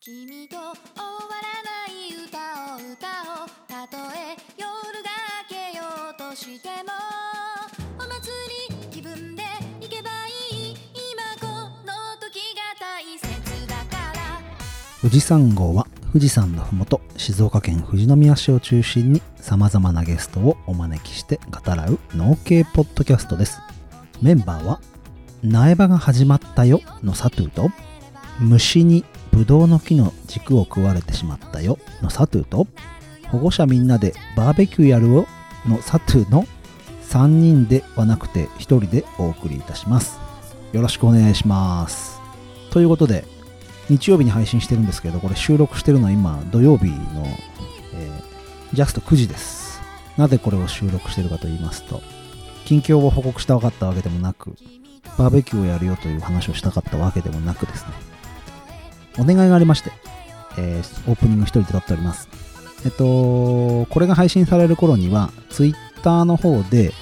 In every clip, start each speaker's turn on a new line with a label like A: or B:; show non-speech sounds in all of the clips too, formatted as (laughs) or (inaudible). A: 君と終わらない歌を歌おうたとえ夜が明けようとしてもお祭り気分で行けばいい今この時が大切だから
B: 富士山号は富士山のふもと静岡県富士宮市を中心にさまざまなゲストをお招きして語らう農系ポッドキャストですメンバーは「苗場が始まったよ」のサトゥと「虫にブドウの木の軸を食われてしまったよ」のサトゥと「保護者みんなでバーベキューやるよ」のサトゥの3人ではなくて1人でお送りいたしますよろしくお願いしますということで日曜日に配信してるんですけど、これ収録してるのは今、土曜日の、えージャスト9時です。なぜこれを収録してるかと言いますと、近況を報告したかったわけでもなく、バーベキューをやるよという話をしたかったわけでもなくですね、お願いがありまして、えーオープニング一人で撮っております。えっと、これが配信される頃には、Twitter の方で、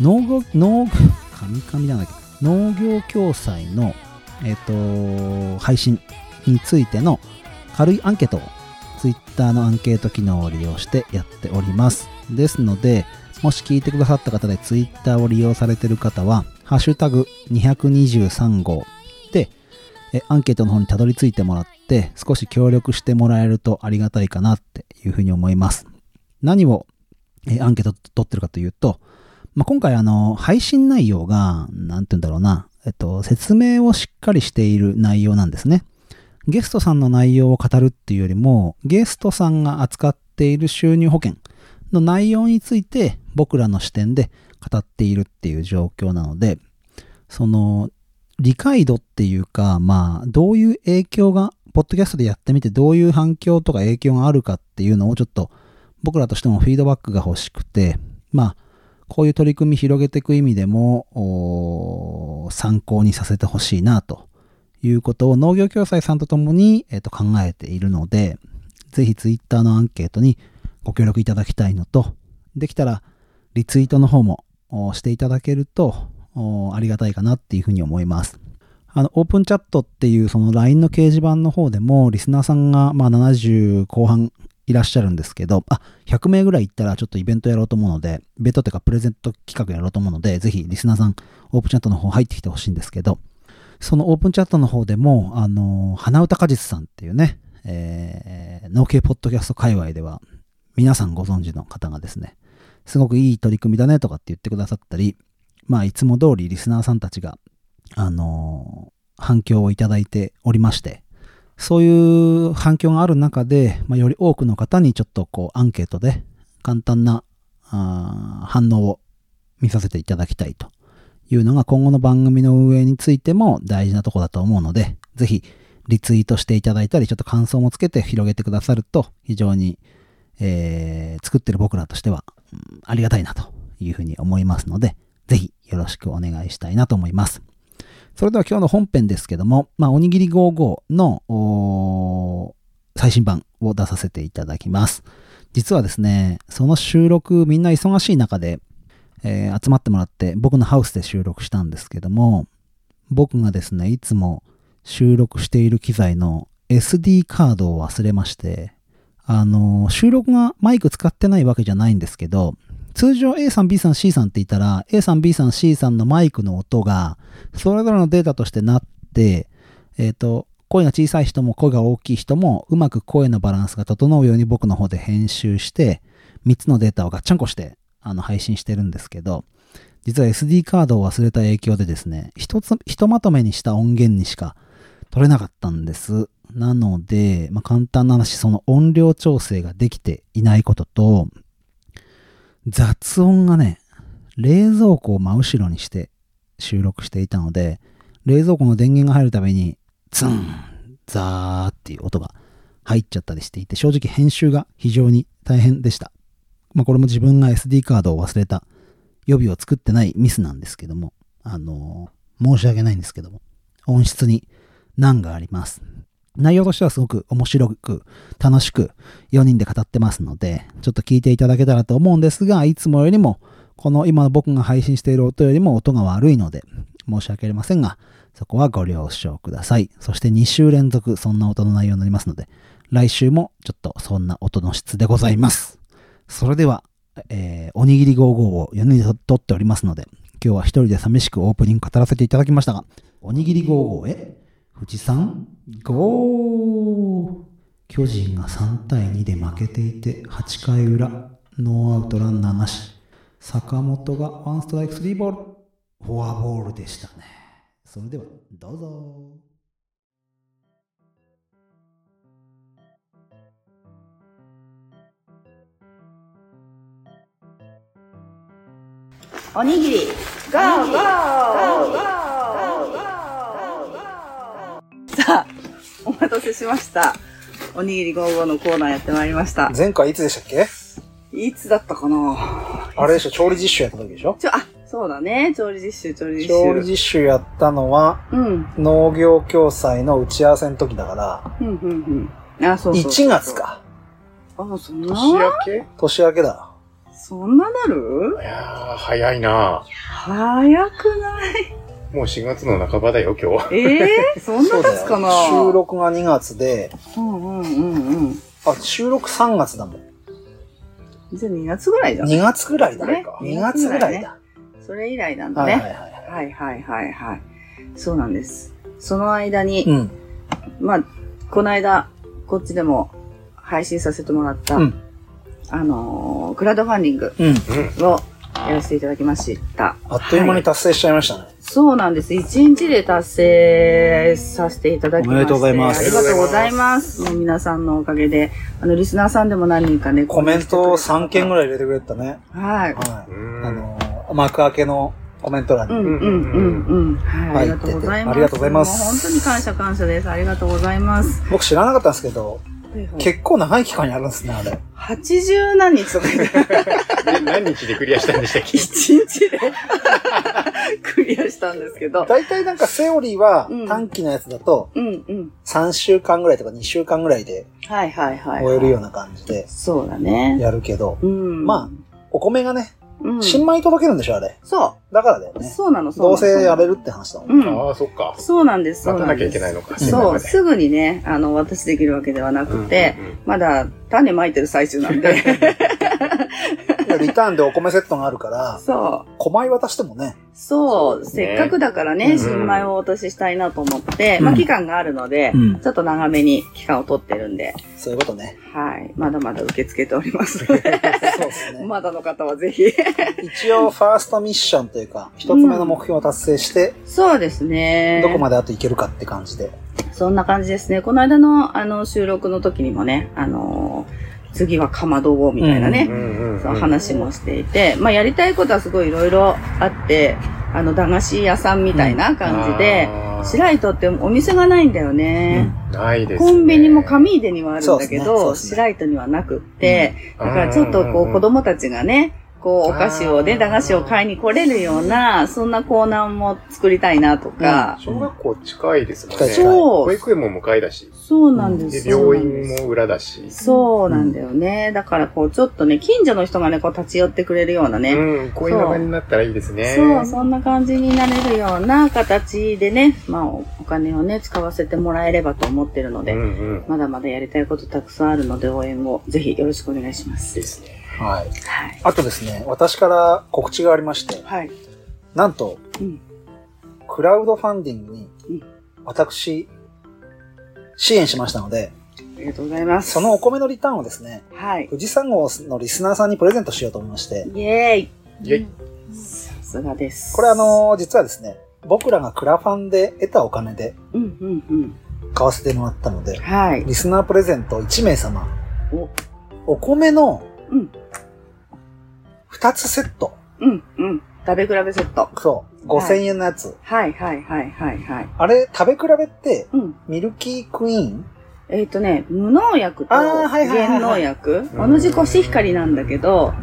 B: 農業、農、 (laughs) 神々なんだっけ、農業共済の、えっと、配信についての軽いアンケートを Twitter のアンケート機能を利用してやっております。ですので、もし聞いてくださった方で Twitter を利用されている方は、ハッシュタグ223号で、えアンケートの方にたどり着いてもらって、少し協力してもらえるとありがたいかなっていうふうに思います。何をえアンケート取ってるかというと、まあ、今回あの、配信内容が、なんて言うんだろうな、えっと、説明をしっかりしている内容なんですね。ゲストさんの内容を語るっていうよりも、ゲストさんが扱っている収入保険の内容について、僕らの視点で語っているっていう状況なので、その、理解度っていうか、まあ、どういう影響が、ポッドキャストでやってみて、どういう反響とか影響があるかっていうのをちょっと、僕らとしてもフィードバックが欲しくて、まあ、こういう取り組み広げていく意味でも、おー参考にさせてほしいなということを農業共済さんとともに、えーと考えているので、ぜひツイッターのアンケートにご協力いただきたいのと、できたらリツイートの方もおーしていただけるとおーありがたいかなっていうふうに思います。あの、オープンチャットっていうその LINE の掲示板の方でも、リスナーさんがまあ70後半いらっしゃるんですけど、あ、100名ぐらい行ったらちょっとイベントやろうと思うので、イベントっていうかプレゼント企画やろうと思うので、ぜひリスナーさん、オープンチャットの方入ってきてほしいんですけど、そのオープンチャットの方でも、あの、花歌果実さんっていうね、えー、農系ポッドキャスト界隈では、皆さんご存知の方がですね、すごくいい取り組みだねとかって言ってくださったり、まあ、いつも通りリスナーさんたちが、あの、反響をいただいておりまして、そういう反響がある中で、まあ、より多くの方にちょっとこうアンケートで簡単なあー反応を見させていただきたいというのが今後の番組の運営についても大事なとこだと思うので、ぜひリツイートしていただいたり、ちょっと感想もつけて広げてくださると非常に、えー作ってる僕らとしては、うんありがたいなというふうに思いますので、ぜひよろしくお願いしたいなと思います。それでは今日の本編ですけども、まあ、おにぎり55のおー最新版を出させていただきます。実はですね、その収録みんな忙しい中で、えー集まってもらって僕のハウスで収録したんですけども、僕がですね、いつも収録している機材の SD カードを忘れまして、あのー収録がマイク使ってないわけじゃないんですけど、通常 A さん、B さん、C さんって言ったら、A さん、B さん、C さんのマイクの音が、それぞれのデータとしてなって、えっ、と、声が小さい人も声が大きい人も、うまく声のバランスが整うように僕の方で編集して、3つのデータをガッチャンコして、あの、配信してるんですけど、実は SD カードを忘れた影響でですね、一つ、ひとまとめにした音源にしか取れなかったんです。なので、まあ、簡単な話、その音量調整ができていないことと、雑音がね、冷蔵庫を真後ろにして収録していたので、冷蔵庫の電源が入るたびに、ツン、ザーっていう音が入っちゃったりしていて、正直編集が非常に大変でした。まあこれも自分が SD カードを忘れた、予備を作ってないミスなんですけども、あのー申し訳ないんですけども、音質に難があります。内容としてはすごく面白く、楽しく4人で語ってますので、ちょっと聞いていただけたらと思うんですが、いつもよりも、この今僕が配信している音よりも音が悪いので、申し訳ありませんが、そこはご了承ください。そして2週連続そんな音の内容になりますので、来週もちょっとそんな音の質でございます。それでは、えーおにぎり55を4人で撮っておりますので、今日は一人で寂しくオープニング語らせていただきましたが、おにぎり55へ、富士山ゴー巨人が3対2で負けていて、8回裏、ノーアウトランナーなし、坂本がワンストライクスリーボール、フォアボールでしたね。それでは、どうぞ。
C: おにぎりゴーゴーさあお待たせしましたおにぎりゴーゴーのコーナーやってまいりました
D: 前回いつでしたっけ
C: いつだったかな
D: あれでしょ、調理実習やった時でしょ
C: ちょあそうだね調理実習調理実習
D: 調理実習やったのは、
C: うん
D: 農業共済の打ち合わせの時だから、
C: うんうんうんあそうそう
D: 1月か。
C: あそんな
E: け
D: 年明けだ。
C: そんななる
E: いやー、早いな
C: 早くない
E: もう4月の半ばだよ、今日。
C: え
D: (laughs)
C: えそんな
D: そう
C: 経
D: だ
C: つ
D: よ
C: かな
D: 収録が2月で、
C: うんうんうんうん
D: あ、収録3月だもん。
C: じゃあ2月ぐらいじゃん
D: 2月ぐらいだ
C: ね
D: ね。2月ぐらいだ。
C: それ以来なんだ
D: はい
C: ね
D: はいはい。
C: はいはいはいはい。そうなんです。その間に、
D: うん。
C: まあ、この間、こっちでも配信させてもらった、
D: うん
C: あのークラウドファンディング
D: うん。
C: をやらせていただきました。
D: あっという間
C: は
D: に達成しちゃいましたね。
C: そうなんです。1日で達成させていただきまして
D: おめでとうございます
C: ありがとうございます。もう皆さんのおかげで、あの、リスナーさんでも何人かね、
D: コメントを3件ぐ
C: らい。
D: らい入れてくれてたね。
C: はい。
D: は
E: う
D: い。
E: ん
D: あのー、幕開けのコメント欄
C: う
D: に。
C: んうんうんうん。はい、ありがとうございます。
D: ありがとうございます
C: もう本当に感謝感謝です。ありがとうございます。
D: 僕知らなかったんですけど、結構長い期間にあるんですね、あれ。
C: 80何日とか言って
E: で何日でクリアしたんでしたっけ
C: 一日でクリアしたんですけど。
D: 大体なんかセオリーは
C: うん
D: 短期のやつだと
C: うんうん。
D: 3週間ぐらいとか2週間ぐらいで
C: はいはいはい。
D: 終えるような感じで
C: そうだね。
D: やるけど、
C: うん。
D: まお米がね、
C: あ、うん。
D: 新米届けるんでしょ、あれ。
C: そ
D: だからだよ
C: う。
D: ね。
C: そうなの、そうなの。
D: どうせやれるって話だもん。
C: うん。
E: ああ、そっか。
C: そうなんです、そう
E: 待た
C: な
E: なんきゃ
C: で
E: い
C: す。
E: けないのか。新米
C: そう、
E: まです
C: ぐにね、あの、私できるわけではなくて、
E: うんうんうん
C: まだ種まいてる最中なんで。
D: いやリターンでお米セットがあるから、
C: そう。
D: 米渡してもね、
C: そう、
E: そうですね
C: せっかくだからね、
D: うん
C: 新米をお渡ししたいなと思って、
D: うん
C: まあ期間があるので、
D: うん
C: ちょっと長めに期間を取ってるんで、
D: そういうことね。
C: はい、まだまだ受け付けており (laughs) ます。
D: そうですね。
C: まだの方はぜひ。
D: 一応、ファーストミッションというか、一つ目の目標を達成して、
C: そうですね。
D: どこまであといけるかって感じで。
C: そんな感じですね。この間のあの収録の時にもね、あのー次はかまどをみたいなね、
E: うんうんうん
C: その話もしていて、まあやりたいことはすごいいろいろあって、あの、駄菓子屋さんみたいな感じで、
E: あー
C: 白糸ってお店がないんだよね。
E: ないですね。
C: コンビニも上出にはあるんだけ
D: そ
C: ど、
D: うですねそうですね
C: 白糸にはなくって、
E: うん
C: だからちょっとこ
E: うんうんう
C: う、
E: ん
C: 子供たちがね、こう、お菓子をね、
E: あー
C: 駄菓子を買いに来れるような、そんなコーナーも作りたいなとか、
E: 小学校近いですもん
D: 近
E: ね。
D: い近い
C: そう
E: 保、育園も向かいだし。
C: そうなんです
E: で、
C: よ。
E: 病院も裏だし。
C: そうなんだよね。だからこう、ちょっとね、近所の人がね、こう、立ち寄ってくれるようなね、
E: うん、こういう名前になったらいいですね。
C: そう、そんな感じになれるような形でね、まあ、おお金をね、使わせてもらえればと思ってるので、
E: うんうん。
C: まだまだやりたいことたくさんあるので、応援をぜひよろしくお願いします。
E: ですね。
D: はい。
C: はい。
D: あとですね、私から告知がありまして、
C: はい。
D: なんと、
C: うん
D: クラウドファンディングに
C: うん、
D: 私、支援しましたので、
C: ありがとうございます。
D: そのお米のリターンをですね、
C: はい。
D: 富士山号のリスナーさんにプレゼントしようと思いまして、
C: イエーイ
E: イェイ。
C: さすがです。
D: これあ、の、実はですね、僕らがクラファンで得たお金で
C: うんうんうん。
D: 買わせてもらったので、
C: はい。
D: リスナープレゼント1名様、
C: お、
D: お米の
C: うん、
D: 2つセット、
C: うんうん。食べ比べセット。
D: そう、
C: はい
D: 5000円のやつ。
C: はいはいはいはいはい。
D: あれ、食べ比べって、
C: うん。
D: ミルキークイーン
C: えっ、とね、無農薬と
D: あーはいはいはいは
C: 減
D: い
C: 農薬。
E: うん
C: 同じコシヒカリなんだけど、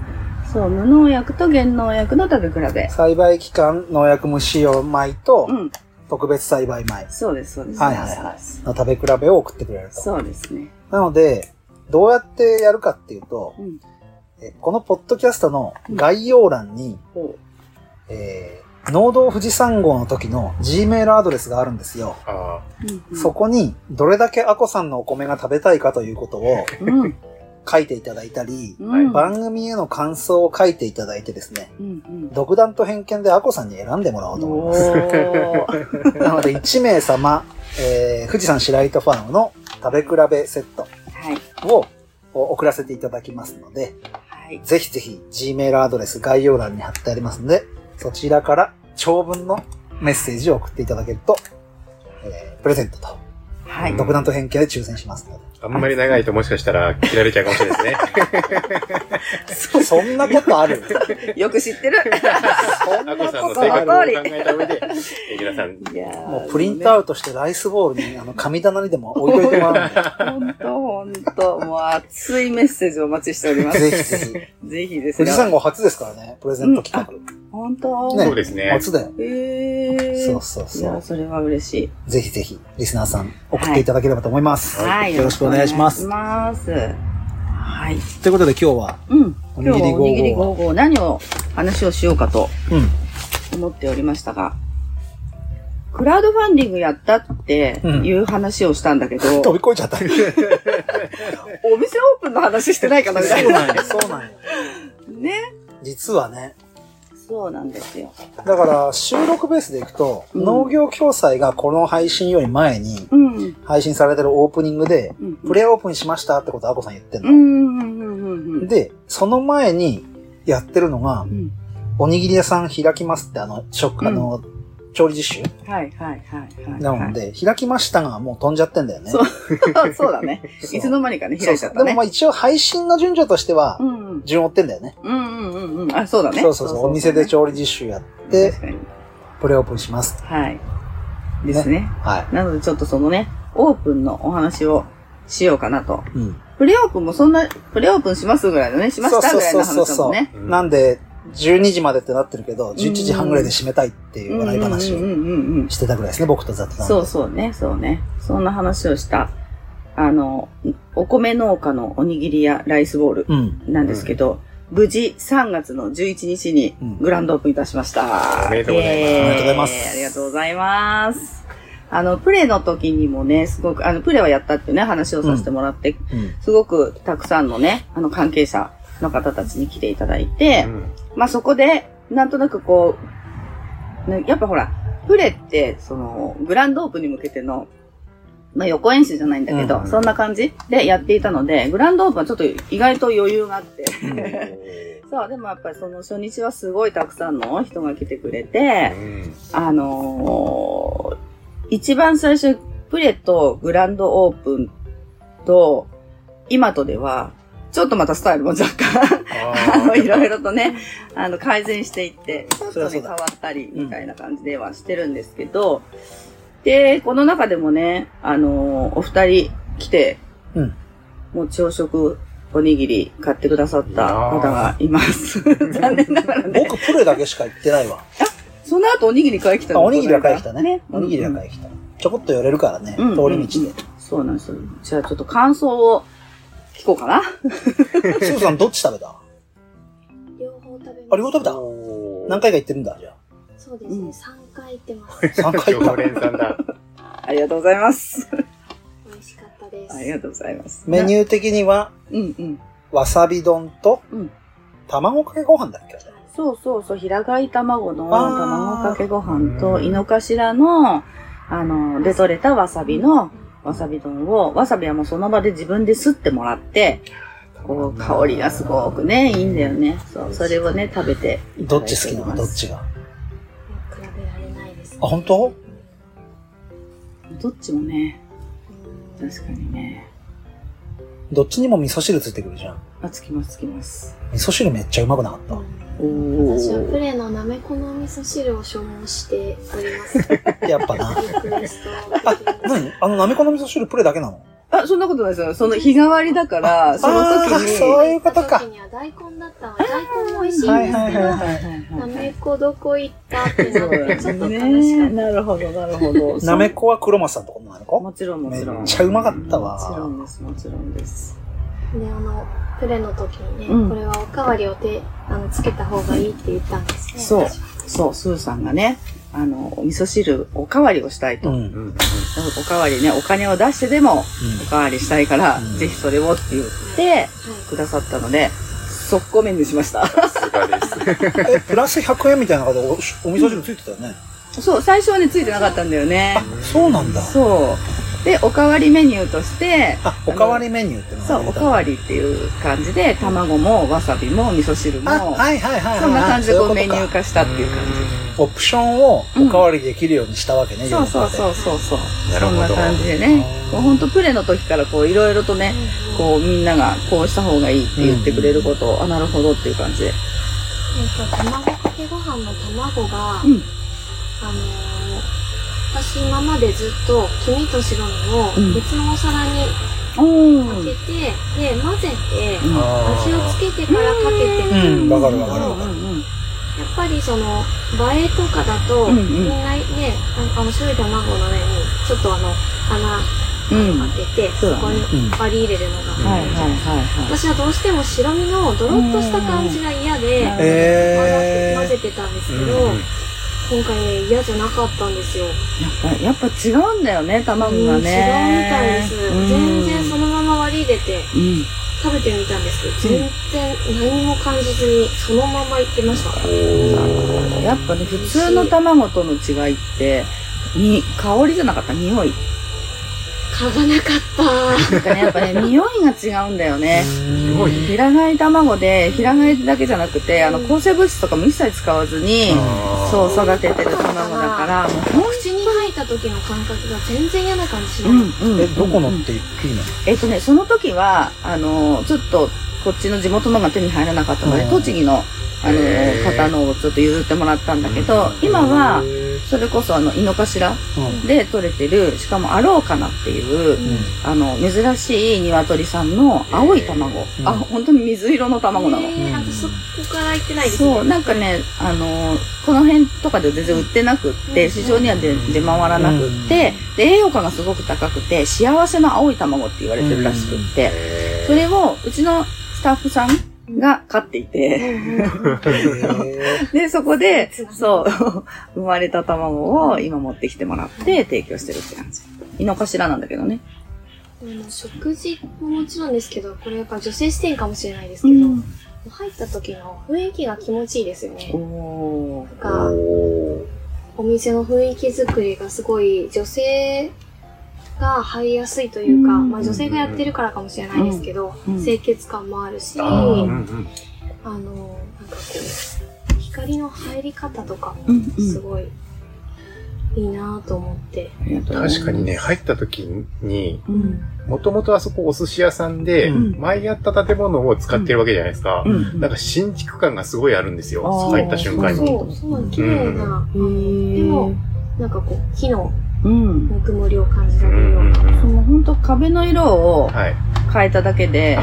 C: そう、無農薬と減農薬の食べ比べ。
D: 栽培期間農薬無使用米と、
C: うん。
D: 特別栽培米
C: そうですそうです。
D: はいはい
C: そう
D: は
C: です
D: の食べ比べを送ってくれると。
C: そうですね。
D: なので、どうやってやるかっていうと、
C: うん。
D: えこのポッドキャストの概要欄に、
C: ほ
D: えー農道富士山号の時の Gmail アドレスがあるんですよ。
E: あ
D: そこに、どれだけアコさんのお米が食べたいかということを
C: うん。うん。
D: 書いていただいたり、
C: うん。
D: 番組への感想を書いていただいてですね、
C: うんうん。
D: 独断と偏見でアコさんに選んでもらおうと思い
C: おー。
D: ます。 (laughs) なので、1名様、えー、富士山白糸ファームの食べ比べセット
C: はい。
D: をお送らせていただきますので、
C: はい。
D: ぜひぜひ Gmail アドレス概要欄に貼ってありますので、そちらから長文のメッセージを送っていただけると、えープレゼントと、
C: はい。
D: 独断と偏見で抽選しますの
E: あ。あんまり長いともしかしたら切られちゃうかもしれないですね。
D: で。そんなことあ (laughs) る
C: よく知って
D: (laughs)
C: る。
D: そんな
E: あこさんの
D: こと
E: 性
D: あ
E: 格
D: る
E: を考えた上で、え皆さん、
C: いやー
D: もうプリントアウトしてライスボールにあの紙棚にでも置いといてもらうんで、 (laughs)
C: ほんとほんと、もう熱いメッセージをお待ちしております。
D: ぜひぜ
C: ぜひで
D: ひ。
C: すね。
D: 富士山号初ですからね、プレゼント企
C: ほんと
D: 画。ね、
E: そうですね
D: 初だよ。
C: へー。
D: そうそう
C: い
D: そ
C: や、
D: う。
C: それは嬉しい。
D: ぜひぜひ、リスナーさん、送っていただければと思います。
C: はい。
D: よろしくお願いします。
C: お願いしますはい。
D: ということで今日は、
C: うん。
D: おに
C: 今日
D: ぎり
C: はおにぎり
D: 55は
C: 5号、何を話をしようかと
D: うん。
C: 思っておりましたが、クラウドファンディングやったっていう話をしたんだけど、
D: (laughs) 飛び越えちゃった。
C: お店オープンの話してないかなみたい
D: そう
C: な。
D: なんよ、そうなんよ。
C: ね。
D: 実はね、
C: そうなんですよ。
D: だから収録ベースでいくと、
C: うん
D: 農業共済がこの配信より前に
C: うん。うん
D: 配信されてるオープニングで、
C: うん。
D: プレオープンしましたってことあこさん言って
C: う
D: んの。
C: んうんうんうん。
D: で、その前にやってるのが
C: う、ん。
D: おにぎり屋さん開きますってあの、食、あの、調理実習
C: はいはいはいはい。
D: なの。で、開きましたがもう飛んじゃってんだよね。
C: そう (laughs) そうだね。
D: そう
C: いつの間にかね、開いちゃった
D: そうそうで
C: ね
D: もま。あ一応配信の順序としては
C: う、んうん。
D: 順を追ってんだよね。
C: うんうんうんうん。あ、そうだね。
D: そうそうそう。お店で調理実習やって
C: 確、かに
D: プレオープンします。
C: はい。ですね。
D: は
C: なのでちょっとそのね、オープンのお話をしようかなと。
D: い。うん。
C: プレオープンもそんな、プレオープンしますぐらいのね、しましたぐらいの話だもんね。
E: うん
D: なんで、12時までってなってるけど、11時半ぐらいで締めたいっていう笑い話
C: うんうん
D: を
C: うんうんうん。
D: してたぐらいですね、僕と雑談。
C: そうそうね、そうね。そんな話をした、あの、お米農家のおにぎりやライスボール
D: う。ん。
C: なんですけど、無事3月の11日に
D: うん
C: グランドオープンいたしました。
E: おめでとうござい
C: イエ
E: ます
C: ーイ
D: おめでとうございます
C: ありがとうございます。あの、プレの時にもね、すごく、あの、プレはやったっていうね、話をさせてもらって、
D: うん。
C: すごくたくさんのね、あの、関係者の方たちに来ていただいて、
E: うん
C: まあそこで、なんとなくこう、ねやっぱほら、プレって、その、グランドオープンに向けての、まあ予行演習じゃないんだけど、
E: うん
C: そんな感じでやっていたので、グランドオープンはちょっと意外と余裕があって、そう、でもやっぱりその初日はすごいたくさんの人が来てくれて、
E: うん
C: あのー一番最初、プレとグランドオープンと、今とでは、ちょっとまたスタイルも若干、あの、 (laughs) いろいろとね、あの、改善していって、ちょっ
D: そ
C: と
D: りゃそ
C: ね、変
D: うだ
C: わったり、みたいな感じではしてるんですけど、で、この中でもね、あのーお二人来て、
D: うん
C: もう朝食、おにぎり買ってくださった方がいます。 (laughs) 残念ながらね。
D: 僕、プレだけしか行ってないわ。
C: その後おにぎり買い来た
D: あ
C: の
D: おにぎりは買い来たね。おにぎりは
C: い
D: 買い来た。ちょこっと寄れるからね、通
C: うん
D: り道で。
C: そうなんですよ。じゃあちょっと感想を聞こうかな。 (laughs)
D: すずさん、どっち食べた
F: 両方食べます。
D: あ、両方食べた
E: おー
D: 何回か行ってるんだ、じゃ
F: そうです
C: うん
F: ね。三、回行ってます。
D: あ。3回行
E: 常
D: った。
E: 連さんだ。
C: ありがとうござい
D: (laughs)
C: ます。
F: 美味しかったです。
C: ありがとうございます。
D: メニ
C: ュー。
D: ュー的には、
C: うんうん。
D: わさび丼と
C: うん、
D: 卵かけご飯だっけ
C: そうそうそう、平飼い卵の
D: あー
C: 卵かけご飯と、
E: うん
C: 井の頭の、あの、でそれたわさびの、わさび丼を、わさびはもうその場で自分ですってもらって、こう、香りがすごくね、いいんだよね。そう、それをね、食べていた
D: ど
C: だ
D: っ
C: い
D: ち
C: てお
D: 好き
C: り
D: な
C: ま
D: の
C: す
D: どっちが。
F: 比べられないです、ね。
D: あ本当
F: うん
C: どっちもね、確かにね。
D: どっちにも味噌汁ついてくるじゃん。
C: あ、つきます、つきます。
D: 味噌汁めっちゃうまくなかった。
C: おお
F: 私はプレのなめこのお味噌汁を所望しております。
D: やっぱな。
F: リクエスト
D: あ
F: 的に、
D: 何あの、なめこの味噌汁プレだけなの
C: あ、そんなことないですよ。その日替わりだから、その
D: あ
C: 時
D: ー
C: に。
D: そういうことか
F: 時。には大根だったので大根も美味しい
D: は
F: ん
D: い
F: です
D: はい
F: け
D: はい
F: ど、
D: はい。
F: な
C: はい
F: めこどこ行ったってな
C: そう
F: っ
C: だ
F: て、
C: よ
F: ちょっと悲しか
C: ね。
F: った。
C: なるほど、なるほど。
D: なめこは黒松さんとこのなめこ
C: もちろん、もちろん。
D: めっちゃうまかったわ
C: もちろんです、もちろんです。
F: で、あの、プレの時にね、
C: うん
F: これはおかわりを手、あの、つけた方がいいって言ったんですね。
C: そう
F: 私は。
C: そう、スーさんがね、あの、お味噌汁おかわりをしたいと。
E: うんうん。
C: おかわりね、お金を出してでもおかわりしたいから、
B: うん
C: ぜひそれをって言ってくださったので、速攻メニューしました。
E: さすがです。
D: え、プラス100円みたいな感じでおお味噌汁ついてたよね。
C: (laughs) そう、最初はね、ついてなかったんだよね。
D: そうなんだ。
C: そう。で、おかわりメニューとして、
D: あ、おかわりメニューっての
C: そう、おかわりっていう感じで、卵もわさびも味噌汁も、
D: あ、はいはいはいはい。
C: そんな感じでこうメニュー
D: ー。
C: 化したっていう感じ。
D: オプションをおかわりできるようにしたわけね、。
C: そうそうそううそうそう。
E: な
C: そ
E: るほ
C: ん
E: ど
C: な感じでね。こう本当プレの時からこういろいろとね、こうみんながこうした方がいいって言ってくれることを、あ、なるほどっていう感じで。
F: えっと、卵かけご飯の
C: う
F: 卵が、
C: ん
F: あのー私今までずっと黄身と白身
C: うん
F: を別のお皿に
C: お
F: かけ
C: ー。
F: て、で、混ぜて、
C: うん
F: 味をつけてからかけてみた
D: う
F: い
D: ん、わかるわかる
C: う
D: わ
C: ん
D: かる。
C: うん
F: やっぱりその映えとかだと、
C: うんうん
F: みんなねああの白い卵の上にちょっとあの
C: うん。うん。
F: 穴
C: はい
F: 開けて、
C: そう
F: そ
C: だね
F: こに
D: うん
F: 割り入れるのが、
C: はいはいは
F: 私はどうしても白身のドロッとした感じが嫌で、
C: うん
D: え
F: 混
D: ー
F: ぜ。てたんです
E: う
F: け
E: ん
F: ど、
E: うん
F: 今回ね嫌じゃなかったんですよ、
C: い。やっぱ、やっぱ違うんだよね、
F: うん、
C: 卵
F: 違う
C: が
F: みたいで
C: ね。
F: す、
C: うん
F: 全然そのまま割り入れて
C: うん。
F: 食べてみたんですけど全然何も感じずにそのままいってました、
C: やっぱね、普通の卵との違いって、に、香りじゃなかった、匂い。
F: 嗅がなかった
C: なんかね、やっぱね、匂いが違うんだよね。
E: すごい。
C: 平飼い卵で、平飼いだけじゃなくて、あの、抗生物質とかも一切使わずに、そう、育ててる卵だから、もうほん
F: 口に入った時の感覚が全然嫌な感じしない、
C: うん、うん。
D: え、どこの
C: う
D: っ
C: ん
D: て言っていいの
C: えっとね、その時は、あの、ちょっと、こっちの地元のが手に入らなかったので、
D: うん
C: 栃木の、あの
E: へ、ー
C: 方のをちょっと譲ってもらったんだけど、今は、それこそあの、井の頭
D: うん。
C: で取れてる、しかもアローカナっていう、あの、珍しい鶏さんの青い卵。
D: うん
C: あ、本当に水色の卵なの。
F: えー、なんかそこから行ってないですね。
C: そう、なんかね、あのーこの辺とかでは全然売ってなくって、
F: うん
C: 市場には出出回らなくって、で、栄養価がすごく高くて、幸せの青い卵って言われてるらしくって、それをうちのスタッフさんが飼っていて、
D: へ
C: で、そこで
F: そう、
C: そう、 (laughs) 生まれた卵を今持ってきてもらって提供してるって感じ。井の頭なんだけどね。
F: あの食事ももちろんですけど、これやっぱ女性視点かもしれないですけど、
C: うん
F: 入った時の雰囲気が気持ちいいですよね。
C: おー。
F: なんか、お店の雰囲気作りがすごい女性が入りやすいというか、
C: うん
F: まあ女性がやってるからかもしれないですけど、
C: うんうん
F: 清潔感もあるし、
E: あーうんう
F: あ
E: ん
F: の、なんかこう、光の入り方とか
C: う
F: も
C: んうん
F: すごいいいなぁと思って。
C: ありがとうございます
E: 確かにね、入った時に、
C: うん。
E: もともとあそこお寿司屋さんで、
D: うん
E: 前やった建物を使ってるわけじゃないですか。
C: うん。
E: なんか新築感がすごいあるんですよ。
C: あー
E: 入った瞬間
C: うん
E: に。
F: そう、そう、綺麗な、
C: へー
F: でも、なんかこう、木の
C: うん。
F: ぬくもりを感じ
E: う
F: られる
E: ん
F: よ
E: う
F: うんな。
E: うん
C: もう本当壁の色を
E: はい。
C: 変えただけで、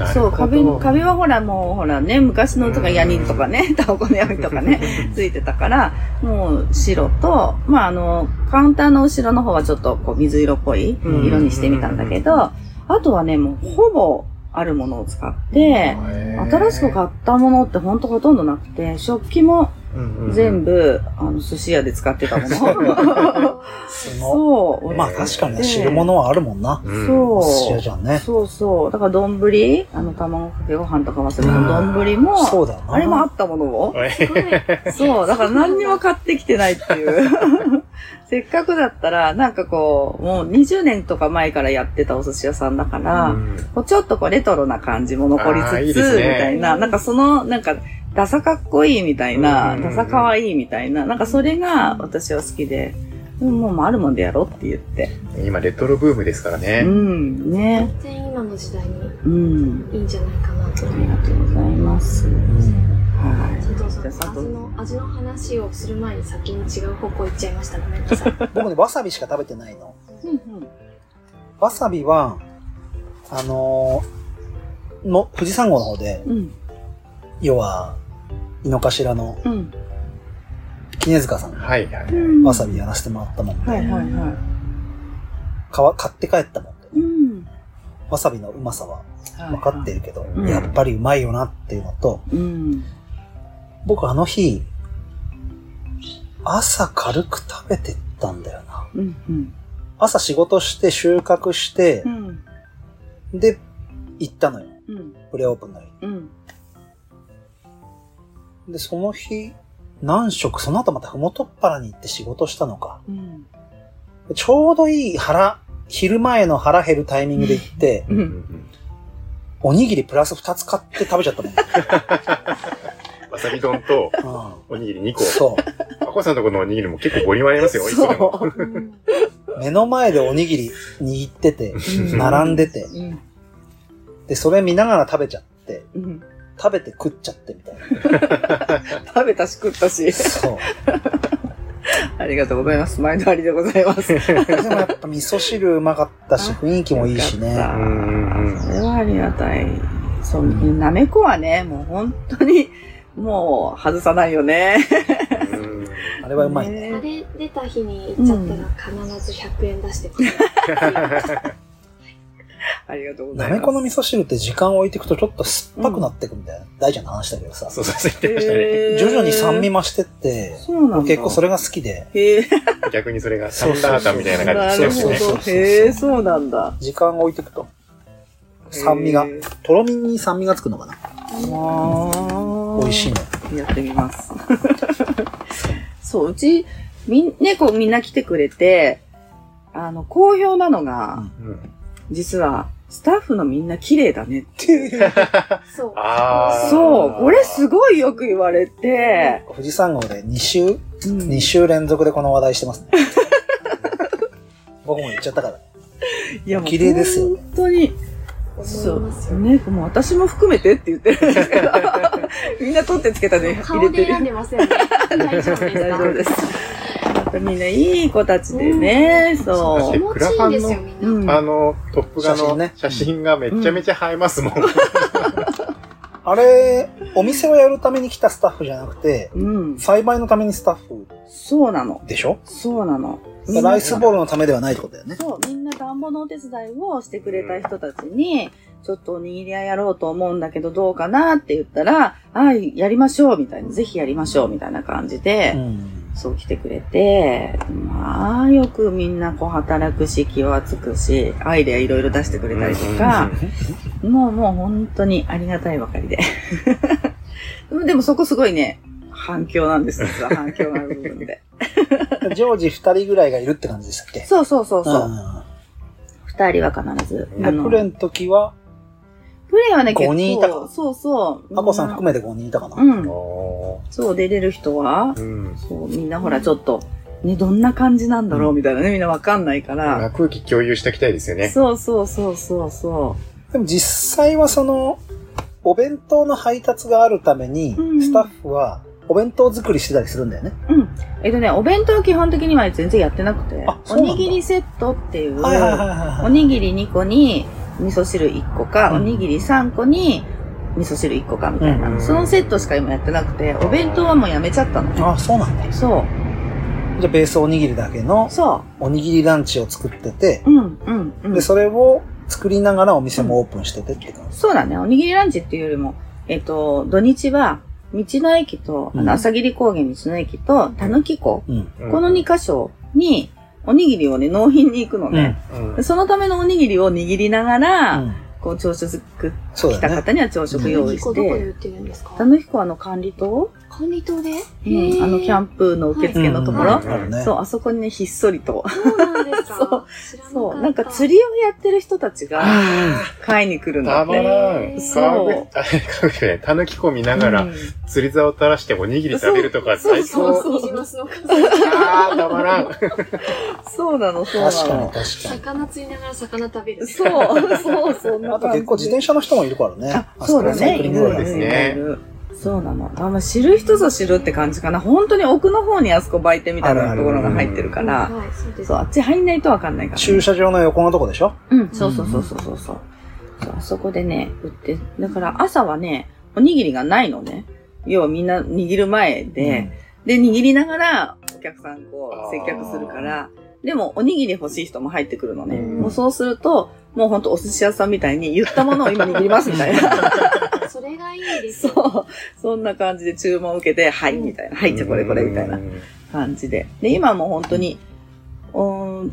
E: なる
C: そ
E: ほ
C: う、
E: ど
C: 壁、壁はほらもうほらね、昔のとかヤニとかね、タバコの闇とかね、
D: (laughs)
C: ついてたから、もう白と、まああの、カウンターの後ろの方はちょっとこう水色っぽい色にしてみたんだけど、あとはね、もうほぼあるものを使って、
E: へー
C: 新しく買ったものってほんとほとんどなくて、食器も
E: うんうんうん
C: 全部、あの、寿司屋で使ってたも
D: (laughs)
C: の。
D: すごい
C: そう、
D: まあ確かに汁物はあるもんな。
E: うん
C: そう。
D: 寿司屋じゃんね。
C: そうそう。だから丼、あの、卵かけご飯とかもするの丼も、
D: そうだよな。
C: あれもあったものを。
E: え
F: すごい。
C: そう。だから何にも買ってきてないって
E: (laughs)
C: いう。せっかくだったら、なんかこう、もう20年とか前からやってたお寿司屋さんだから、
E: うん
C: こうちょっとこうレトロな感じも残りつ
E: あ
C: つ、
E: ーい
C: み
E: いですね
C: たいな、なんかその、なんか、ダサかっこいいみたいな、
E: うん
C: ダサかわいいみたいな、なんかそれが私は好きで、うんもうあるもんでやろうって言って。
E: 今、レトロブームですから
C: う
E: ね。
C: ん、ね。
F: 全然今の時代に
C: うん。
F: いいんじゃないかなと
C: あ。りがとうございます。は
F: 佐藤さ
C: じゃあ佐
F: ん、
C: 藤
F: 味の、味の話をする前に先に違う方向行っちゃいました。ごめんなさい。
D: 僕ね、わさびしか食べてないの。
C: い。
D: わさびは、あのーの、富士山号の方で、
C: うん。
D: 要は、井の頭の
C: うん。
D: 杵塚さんが
E: はいはい。
C: うん。
D: わさびやらせてもらったもんで、
C: はいはいは
D: かわ買って帰ったもんで、
C: い。うん。
D: わさびのうまさは
C: 分
D: 分かってるけど、
E: うん
D: やっぱりうまいよなっていうのと、
C: うん。
D: 僕あの日、朝軽く食べてったんだよな。
C: うん。うん。
D: 朝仕事して収穫して
C: う、ん。
D: で、行ったのよ。
C: うん。
D: プレオープンの日。
C: うん。
D: で、その日、何食、その後またふもとっぱらに行って仕事したのか。
C: うん。
D: ちょうどいい腹、昼前の腹減るタイミングで行って、
C: うん
E: うん
D: おにぎりプラス2つ買って食べちゃったもん。
E: わさび丼と
D: うん
E: おにぎり2個。
D: そ
E: あこさんのとこのおにぎりも結構ボリュームありますよ、いつでも。
D: う。目の前でおにぎり握ってて、
C: うん
D: 並んでて、
C: うん。
D: で、それ見ながら食べちゃって、
C: うん。
D: 食べて食っちゃってみたいな。
C: 食べたし食ったし。
D: そう。
C: ありがとうございます。毎度ありでございます。
D: でもやっぱ味噌汁うまかったし、雰囲気もいいし
C: よか
D: ね
C: っ。
E: うんうん
C: それはありがたい。そう、なめこはね、もう本当に、もう外さないよね。
E: うんうん
D: あれはうまいね。
F: あれ出た日に行っちゃったら必ず100円出してくれる。
C: ありがとうござ
D: ない
C: ます。
D: めこの味噌汁って時間を置いていくとちょっと酸っぱくなってくみたいな。大ちゃんの話だけどさ。
E: そうそう、そう言ってましたね。
C: へー
D: 徐々に酸味増してって、
C: そうなんだ。
D: 結構それが好きで、
C: へえ、
E: 逆にそれがサンラータンみたいな感
C: な
E: じで
C: る
E: して
C: ほ
E: ました
C: ど
E: ね。。
C: へえ、そうなんだ。
D: 時間を置いていくと、酸味が
C: へー、
D: とろみに酸味がつくのかな。
C: あ
D: 美味しいの。
C: い。やってみます。 (laughs) そう、うち、みん、猫みんな来てくれて、あの、好評なのが、
E: うん
C: 実は、スタッフのみんな綺麗だねっていう。
F: そう。
E: あー
C: そう、これすごいよく言われて、
D: 富士山号で2週、
C: うん
D: 2週連続でこの話題してますね。僕も言っちゃったから。
C: いやもう
D: 綺麗ですよね
C: 本当に。そ
F: 思います
C: う。
F: よ。
C: ね、もう私も含めてって言ってるんですけど、みんな取ってつけたね、入
F: 顔
C: れてる。
F: で選んでませんね。大丈夫です
C: 大
F: か
C: 丈夫です。みんないい子たちでね、そ
F: 気
C: う。
F: 持ちいいんですよ、みんな。
C: うん
E: あの、トップ画
D: 写真
E: の
D: ね
E: 写真がめちゃめちゃ映えますもん。
D: あれ、お店をやるために来たスタッフじゃなくて、
C: うん。
D: 栽培のためにスタッフ
C: そうなの。
D: でしょ
C: そうなの。
D: ライスボールのためではないってことだよね。
C: そう、みんな田んぼのお手伝いをしてくれた人たちに、ちょっとおにぎり屋やろうと思うんだけどどうかなって言ったら、あやりましょうみたいな、ぜひやりましょうみたいな感じで、
D: うん。
C: そう来てくれて、まあ、よくみんなこう働くし、気はつくし、アイデアいろいろ出してくれたりとか、もうもう本当にありがたいばかりで。 (laughs) でもそこすごいね、反響なんです、実は反響がある部分で。
D: 常時2人ぐらいがいるって感じでしたっけ
C: そうそうそうそうう。
D: ん
C: 二、人は必ず。
E: うん
C: あ
D: で
C: の
D: プレの時は、
C: プレイはね、結
D: 五人いた
C: 構、
D: か
C: そうそう。
D: アコさん
C: め
D: 含めて5人いたかな。
C: うん。
E: お
C: そう、出れる人は
E: ー、うん。
C: そう、みんなほら、ちょっと、ね、どんな感じなんだろうみたいなね、みんなわかんないから。
E: 空気共有していきたいですよね。
C: そうそうそうそうそ
D: でも実際はその、お弁当の配達があるために、
C: うん
D: スタッフはお弁当作りしてたりするんだよね。
C: う。うん。えっとね、お弁当は基本的には全然やってなくて
D: あ、そ
C: お
D: うなんだ
C: にぎりセットっていう、
D: はいはいはい
C: お
D: はい。
C: にぎり2個に味噌汁1個か、
D: うん
C: おにぎり3個に味噌汁1個かみたいな、
E: うん
C: そのセットしか今やってなくて、お弁当はもうやめちゃったの。
D: ああ、そうなんだ。
C: そう。
D: じゃあベースおにぎりだけの
C: そ
D: おにぎりランチを作ってて、
C: う。うん、うん、うん
D: で、。それを作りながらお店もオープンしててって感じ。
C: そうだね。おにぎりランチっていうよりも、えっと、土日は、道の駅と、あ
D: うん
C: の、朝霧高原道の駅と、たぬき湖、
D: うん。
E: うん
C: この2箇所に、おにぎりをね、納品に行くの
D: うん。
C: ね。
E: うん
C: でそのためのおにぎりを握りながら、
D: うん
C: こう、朝食、
D: そう
C: 来
D: だ
C: た
D: よね。
C: 方には朝食用意
F: 結
C: し
F: 構どこで
C: て、
F: 売ってるんですか
C: たぬき湖はあの管理棟、
F: 管理棟で
C: うんあの、キャン
F: プ。
C: プの受付のとこ
D: うん
C: ろ、
D: あるね。
C: そう、あそこにね、ひっそりと。
F: そうなんですか知らなかった。
C: そう、なんか釣りをやってる人たちが買いに来るの
E: たまら
F: へ
E: ん。
F: ー
C: そう
E: 川口、川口じゃないたぬきこ見なが
C: う
E: ら
C: ん、
E: 釣り竿垂らしておにぎり食べるとか
C: そう
E: 最
C: そうそう
E: 高。
F: ニジマスの数
E: あー、たまらん。
C: そうなの、そうなの。
D: 確かに確かに。
F: 魚釣りながら魚食べる。
C: そう、そう、そんな
D: あと
C: 感じ。
D: 結構自転車の人もいるからね。
C: あ、そうだ
D: あそこサ
C: ね。
D: イクリン
E: い
D: グ
E: る
D: ロードだ
E: いるですね
C: いるいるそうなの。あんま知る人ぞ知るって感じかな。本当に奥の方にあそこ売店みたいなところが入ってるか
F: う
C: ら。
F: はい、そうです。
C: そう、あっち入んないとわかんないから、
D: 駐車場の横のとこでしょ
C: うん、そうそうそうそうそうそう。そうあそこでね、売って、だから朝はね、おにぎりがないのね。要はみんな握る前で、で、握りながらお客さんこ
E: あ
C: う
E: ー
C: 接客するから、でもおにぎり欲しい人も入ってくるのね。
E: うん
C: もうそうすると、もうほんとお寿司屋さんみたいに言ったものを今握りますみたい
E: (laughs)
C: な。
F: それがいいで
C: そ
F: すよね。
C: う。そんな感じで注文を受けて、はい、みたいな。はい、じゃあこれこれ、みたいな。感じで。で、今も本当に、うーん、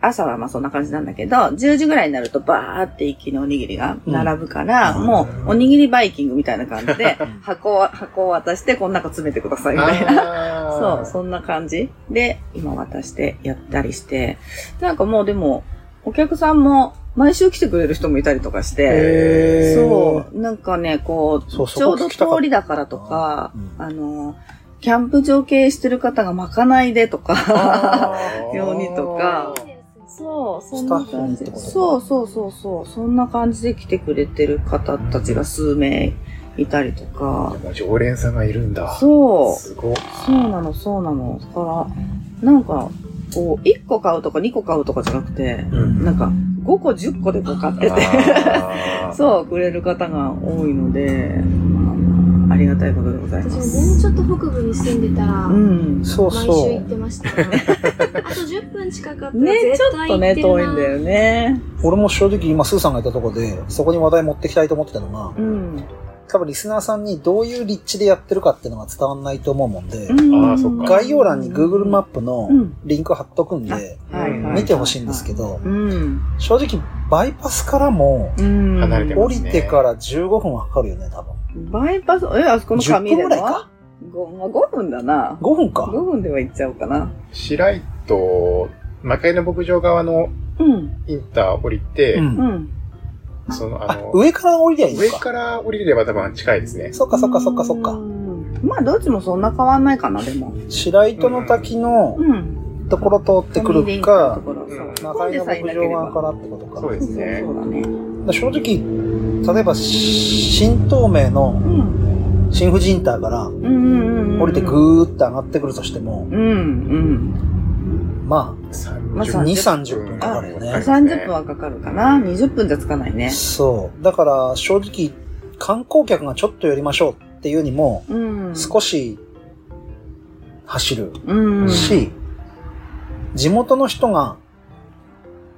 C: 朝はまあそんな感じなんだけど、10時ぐらいになるとバーって一気におにぎりが並ぶから、
B: うん
C: もうおにぎりバイキングみたいな感じで、 (laughs) 箱を、箱を渡して、この中詰めてくださいみたいな。
E: あ
C: そ
E: ー
C: う、そんな感じで、今渡してやったりして、なんかもうでも、お客さんも毎週来てくれる人もいたりとかして、
D: へー
C: そう、なんかね、こう、
D: そう
C: ちょうど通りだからとか、あの、キャンプ場経営してる方がまかないでとか、ようにとか
F: いいですよね
C: (laughs) そう、そんな感
D: スタッフにって
C: じ
D: こ。と
C: そうそうそうそう、そんな感じで来てくれてる方たちが数名いたりとか、
E: もう常連さんがいるんだ。
C: そう、
E: すごい。
C: そうなの、そうなの。だから、なんか、こう、1個買うとか2個買うとかじゃなくて、
E: うん
C: なんか、5個10個でこう買ってて、
E: あ
C: (laughs)
E: ー
C: そう、くれる方が多いので、まあ、ありがたいことでござい
F: 私
C: ま
F: も
C: す。
F: もうちょっと北部に住んでたら、
C: うん。
D: そう
F: 毎週
D: そ
F: 行
D: う。
F: ってました。あと10分近かったら
C: ね、ち
F: 絶
C: ょっ
F: 対
C: と
F: 行っ
C: ね、
F: てるな。
C: 遠いんだよね。
D: 俺も正直今、スーさんがいたとこで、そこに話題持ってきたいと思ってたのが
C: う、ん。
D: 多分リスナーさんにどういう立地でやってるかっていうのが伝わんないと思うもんで、
E: あーそっか
D: 概要欄に Google マッ
C: プ
D: プの
C: うん
D: リンク貼っとくんで、見てほしいんですけ。ど
C: う、ん。
D: 正直バイパスからも
C: うん。
E: 離れてま
D: 降
E: す
D: り
E: ね
D: てから15分はかかるよね、多分。
C: バイパス、え、あそこの
D: 10
C: 紙
D: 分
C: で
D: ぐらいか
C: は ?5 分だな。
D: ?5 分か。
C: 5分では行っちゃおうかな。
E: 白井と、魔界の牧場側の
C: うん。
E: インター降りて、
D: うん。
C: うん。
E: その、あ
D: あ
E: の、、
D: 上から降りりゃいいの
E: 上
D: か。
E: から降りれば多分近いですね。
D: そっかそっかそっかそっか。
C: まあ、どっちもそんな変わんないかな、でも。
D: 白糸の滝の
C: うん。
D: ところ通ってくる
C: と
D: か、
C: ころ
E: うん
C: そう
D: 中井の牧場側からってことか。
E: そうですね
C: そ。うだね。
D: だ正直、例えば、新東名の
C: うん。
D: 新富士インターから
C: うんうんうんうん。
D: 降りてぐーって上がってくるとしても、
C: うんうん。
D: まあ、
E: 30
D: 2、
C: あ
D: 30分かかるよ
E: あ
D: ね。
C: 30分はかかるかな。20分じゃつかないね。
D: そう。だから、正直、観光客がちょっと寄りましょうっていうにも、
C: うん。
D: 少し、走る
C: うん。
D: し、地元の人が、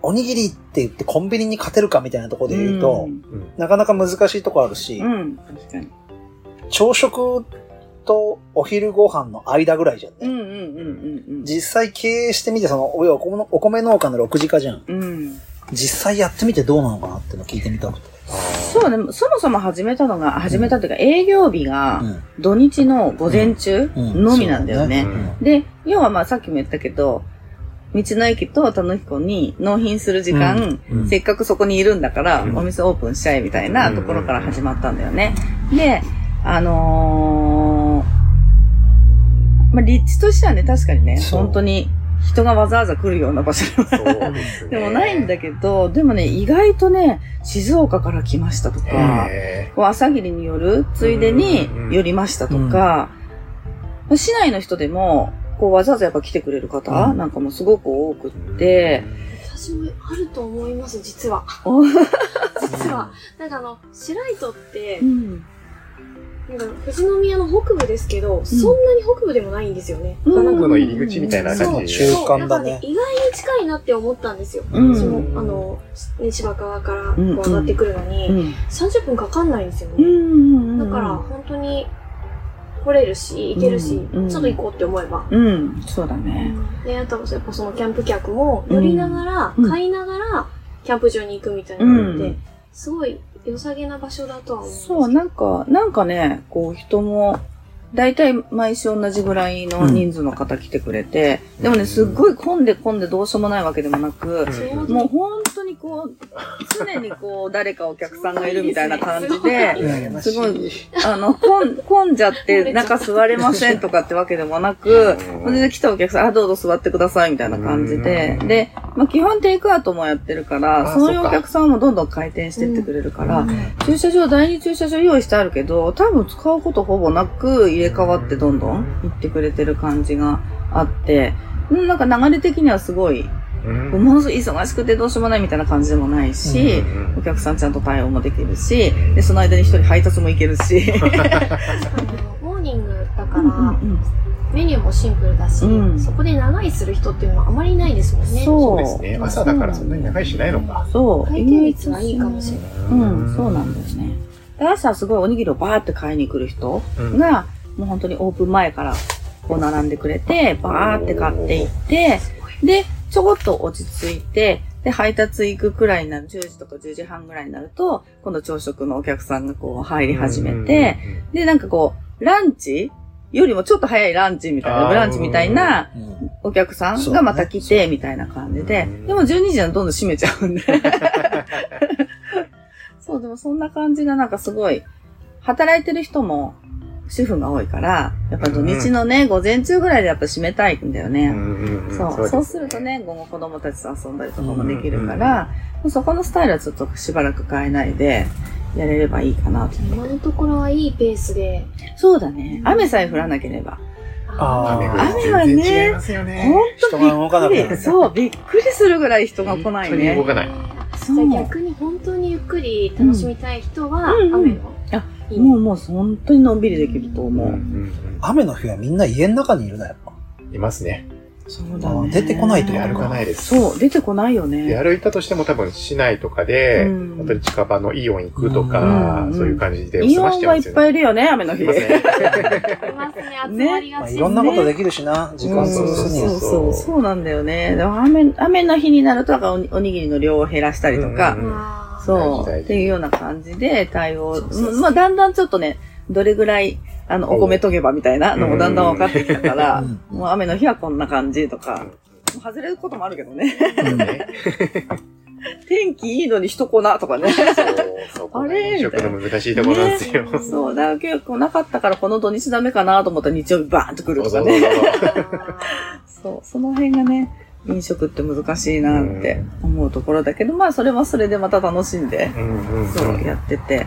D: おにぎりって言ってコンビニに勝てるかみたいなところで言うと、なかなか難しいとこあるし、
C: うん、うん。確かに。
D: 朝食とお昼ご飯の間ぐらいじゃんね。
C: うんうんうんうん
D: 実際経営してみて、その、おお米のお米農家の6時化じゃん。
C: うん。うん。
D: 実際やってみてどうなのかなっていうのを聞いてみたくて。
C: そうね、そもそも始めたのが、始めたというか、営業日が
D: うん。
C: 土日の午前中
D: うん
C: のみなんだよね。
E: うん
C: で、要はまあさっきも言ったけど、道の駅とたぬき湖に納品する時間、
D: うんうん
C: せっかくそこにいるんだから、
E: うん
C: お店オープンしちゃえみたいな
E: うん
C: ところから始まったんだよね。で、あのーまあ立地としてはね、確かにね、
D: そう
C: 本当に人がわざわざ来るような場所
E: そうです
C: で
E: ね。
C: もないんだけど、でもね、意外とね、静岡から来ましたとか、
E: へ
C: こう朝霧によるついでに寄りましたとか、市内の人でも、こうわざわざやっぱ来てくれる方、
D: うん
C: なんかもすごく多くっ
E: ー
C: て、、
F: 私もあると思います、実は。
C: お
F: 実は。なんかあの、白糸って
C: う、ん、
F: なんか富士宮の北部ですけど、そんなに北部でもないんですよね。
C: うん
E: 韓国の入り口みたいな感じ
D: 中間だ
E: で。
D: ね
F: そうから意外に近いなって思ったんですよ。
C: うん
F: その、あの、ね芝川からこ
C: うん
F: う上がってくるのに、
C: うん、
F: 30分かかんないんですよ
C: うん、う
F: ね。
C: ん、
F: だから、本当に、来れるし、行けるし、
C: うん
F: ちょっと行こうって思えば。
C: うん、そうだね。
F: で、あと、やっぱそのキャンプ客も、寄りながら、
C: うん
F: 買いながら、キャンプ場に行くみたいなので、
C: うん
F: すごい良さげな場所だとは思うんですけど
C: そう、なんか、なんかね、こう人も、だいたい毎週同じぐらいの人数の方来てくれて、でもね、すっごい混んで混んでどうしようもないわけでもなく、
E: うん
C: もう本当にこう、常にこう、誰かお客さんがいるみたいな感じで、
D: うん
C: すごい、あの、混 (laughs) ん混んじゃって、なんか座れませんとかってわけでもな (laughs) く、それで来たお客さん、あ、どうぞ座ってくださいみたいな感じで、
E: うん
C: で、まあ基本テイクアウトもやってるから、
E: あ
C: そういうお
E: そっか
C: 客さんもどんどん回転してってくれるから
F: うん、
C: 駐車場、第二駐車場用意してあるけど、多分使うことほぼなく入れ替わってどんどん行ってくれてる感じがあって、うんなんか流れ的にはすごい
E: うん
C: ものすごい忙しくてどうしようもないみたいな感じでもないし、お客さんちゃんと対応もできるし、で、その間に一人配達も行けるし。
F: あのモーニングだから、
C: うんうん
F: メニューもシンプルだし、
C: うん
F: そこで長居する人っていうのはあまりいないですもんね。
C: そう
E: そうですね。朝だからそんなに長いしないのか。
C: そう。
F: 回転率はいいかもしれ
C: い。
F: ない。
C: うん、そうなんだよね。で朝すごいおにぎりをバーって買いに来る人
E: うん
C: が、もう本当にオープン前からこう並んでくれて、バーって買っていって、で、ちょこっと落ち着いて、で、配達行くくらいになる、10時とか10時半ぐらいになると、今度朝食のお客さんがこう入り始めて、で、なんかこう、ランチよりもちょっと早いランチみたい
E: あ
C: な、
E: ー
C: ブランチみたいなお客さんがまた来
D: そう
C: て、
D: ね
C: みたいな感じで、
E: うん
C: でも12時はどんどん閉めちゃうんで。そう、でもそんな感じがなんかすごい、働いてる人も主婦が多いから、やっぱ土日のね、午前中ぐらいでやっぱ閉めたいんだよね。
E: うんうんん
C: そう、そうす
E: で
C: るとね、午後子供たちと遊んだりとかもできるから、もうそこのスタイルはちょっとしばらく変えないで、やれればいいかなと。
F: 今のところはいいペースで。
C: そうだね。雨さえ降らなければ。
D: あ
E: 雨
D: ー
E: が
C: 雨はね
E: 全然違いますよね。
D: 人が動かなくな
C: びっく
D: る
C: り。そう、びっくりするぐらい人が来ない
E: 本当に動
C: ね。
E: かない。
F: じゃあ逆に本当にゆっくり楽しみたい人は、
C: うん
F: 雨の
C: あ
F: 日に
C: もうもう本当にのんびりできると思
E: うんう
C: う。
E: ん
D: 雨の日はみんな家の中にいるな、やっぱ。
E: うんいますね。
C: そう
D: だね出てこないと
E: 出
D: やる
E: 歩かないです。
C: そう、出てこないよ
E: 出
C: ね。
E: 歩いたとしても多分市内とかで、
C: うん
E: 本当に近場のイオン行くとか、
C: うん
E: そういう感じで
C: イオ
E: し
C: ン
E: て
C: はい
E: ま
C: っ
E: すよ
C: ぱいいる
E: ね。
C: よね、雨の日。
E: いますね。
F: ありますね、集まりが
D: まあ、
F: ち
D: いろんなことできるしな、時間
C: そ
D: 潰
C: う
D: すに
C: そ
D: は
C: うそう。そうなんだよね。でも雨、雨の日になると、なんかおにおにぎりの量を減らしたりとか、
E: うん
F: あー
C: そう、
E: 大事大
C: っ
E: 事
C: ていうような感じで対応。
E: そうそうそう
C: うんまあ、だんだんちょっとね、どれぐらい、あの、お米研げばみたいなのもだんだん分かってきたから、
D: うん
C: もう雨の日はこんな感じとか、
E: うん
C: もう外れることもあるけどね。 (laughs)
E: そうね
C: 天気いいのに人来なとかね。
E: そうそこが飲食の難しいところなんですよ。
F: ね
E: そう
C: そう、だから結構なかったからこの土日ダメかなと思ったら日曜日バーンと来る
E: そ
C: とか
E: うそうそう
C: ね。。そう、その辺がね、飲食って難しいなって思うところだけど、まあそれはそれでまた楽しんで、
E: うんうんうん
C: そうやってて。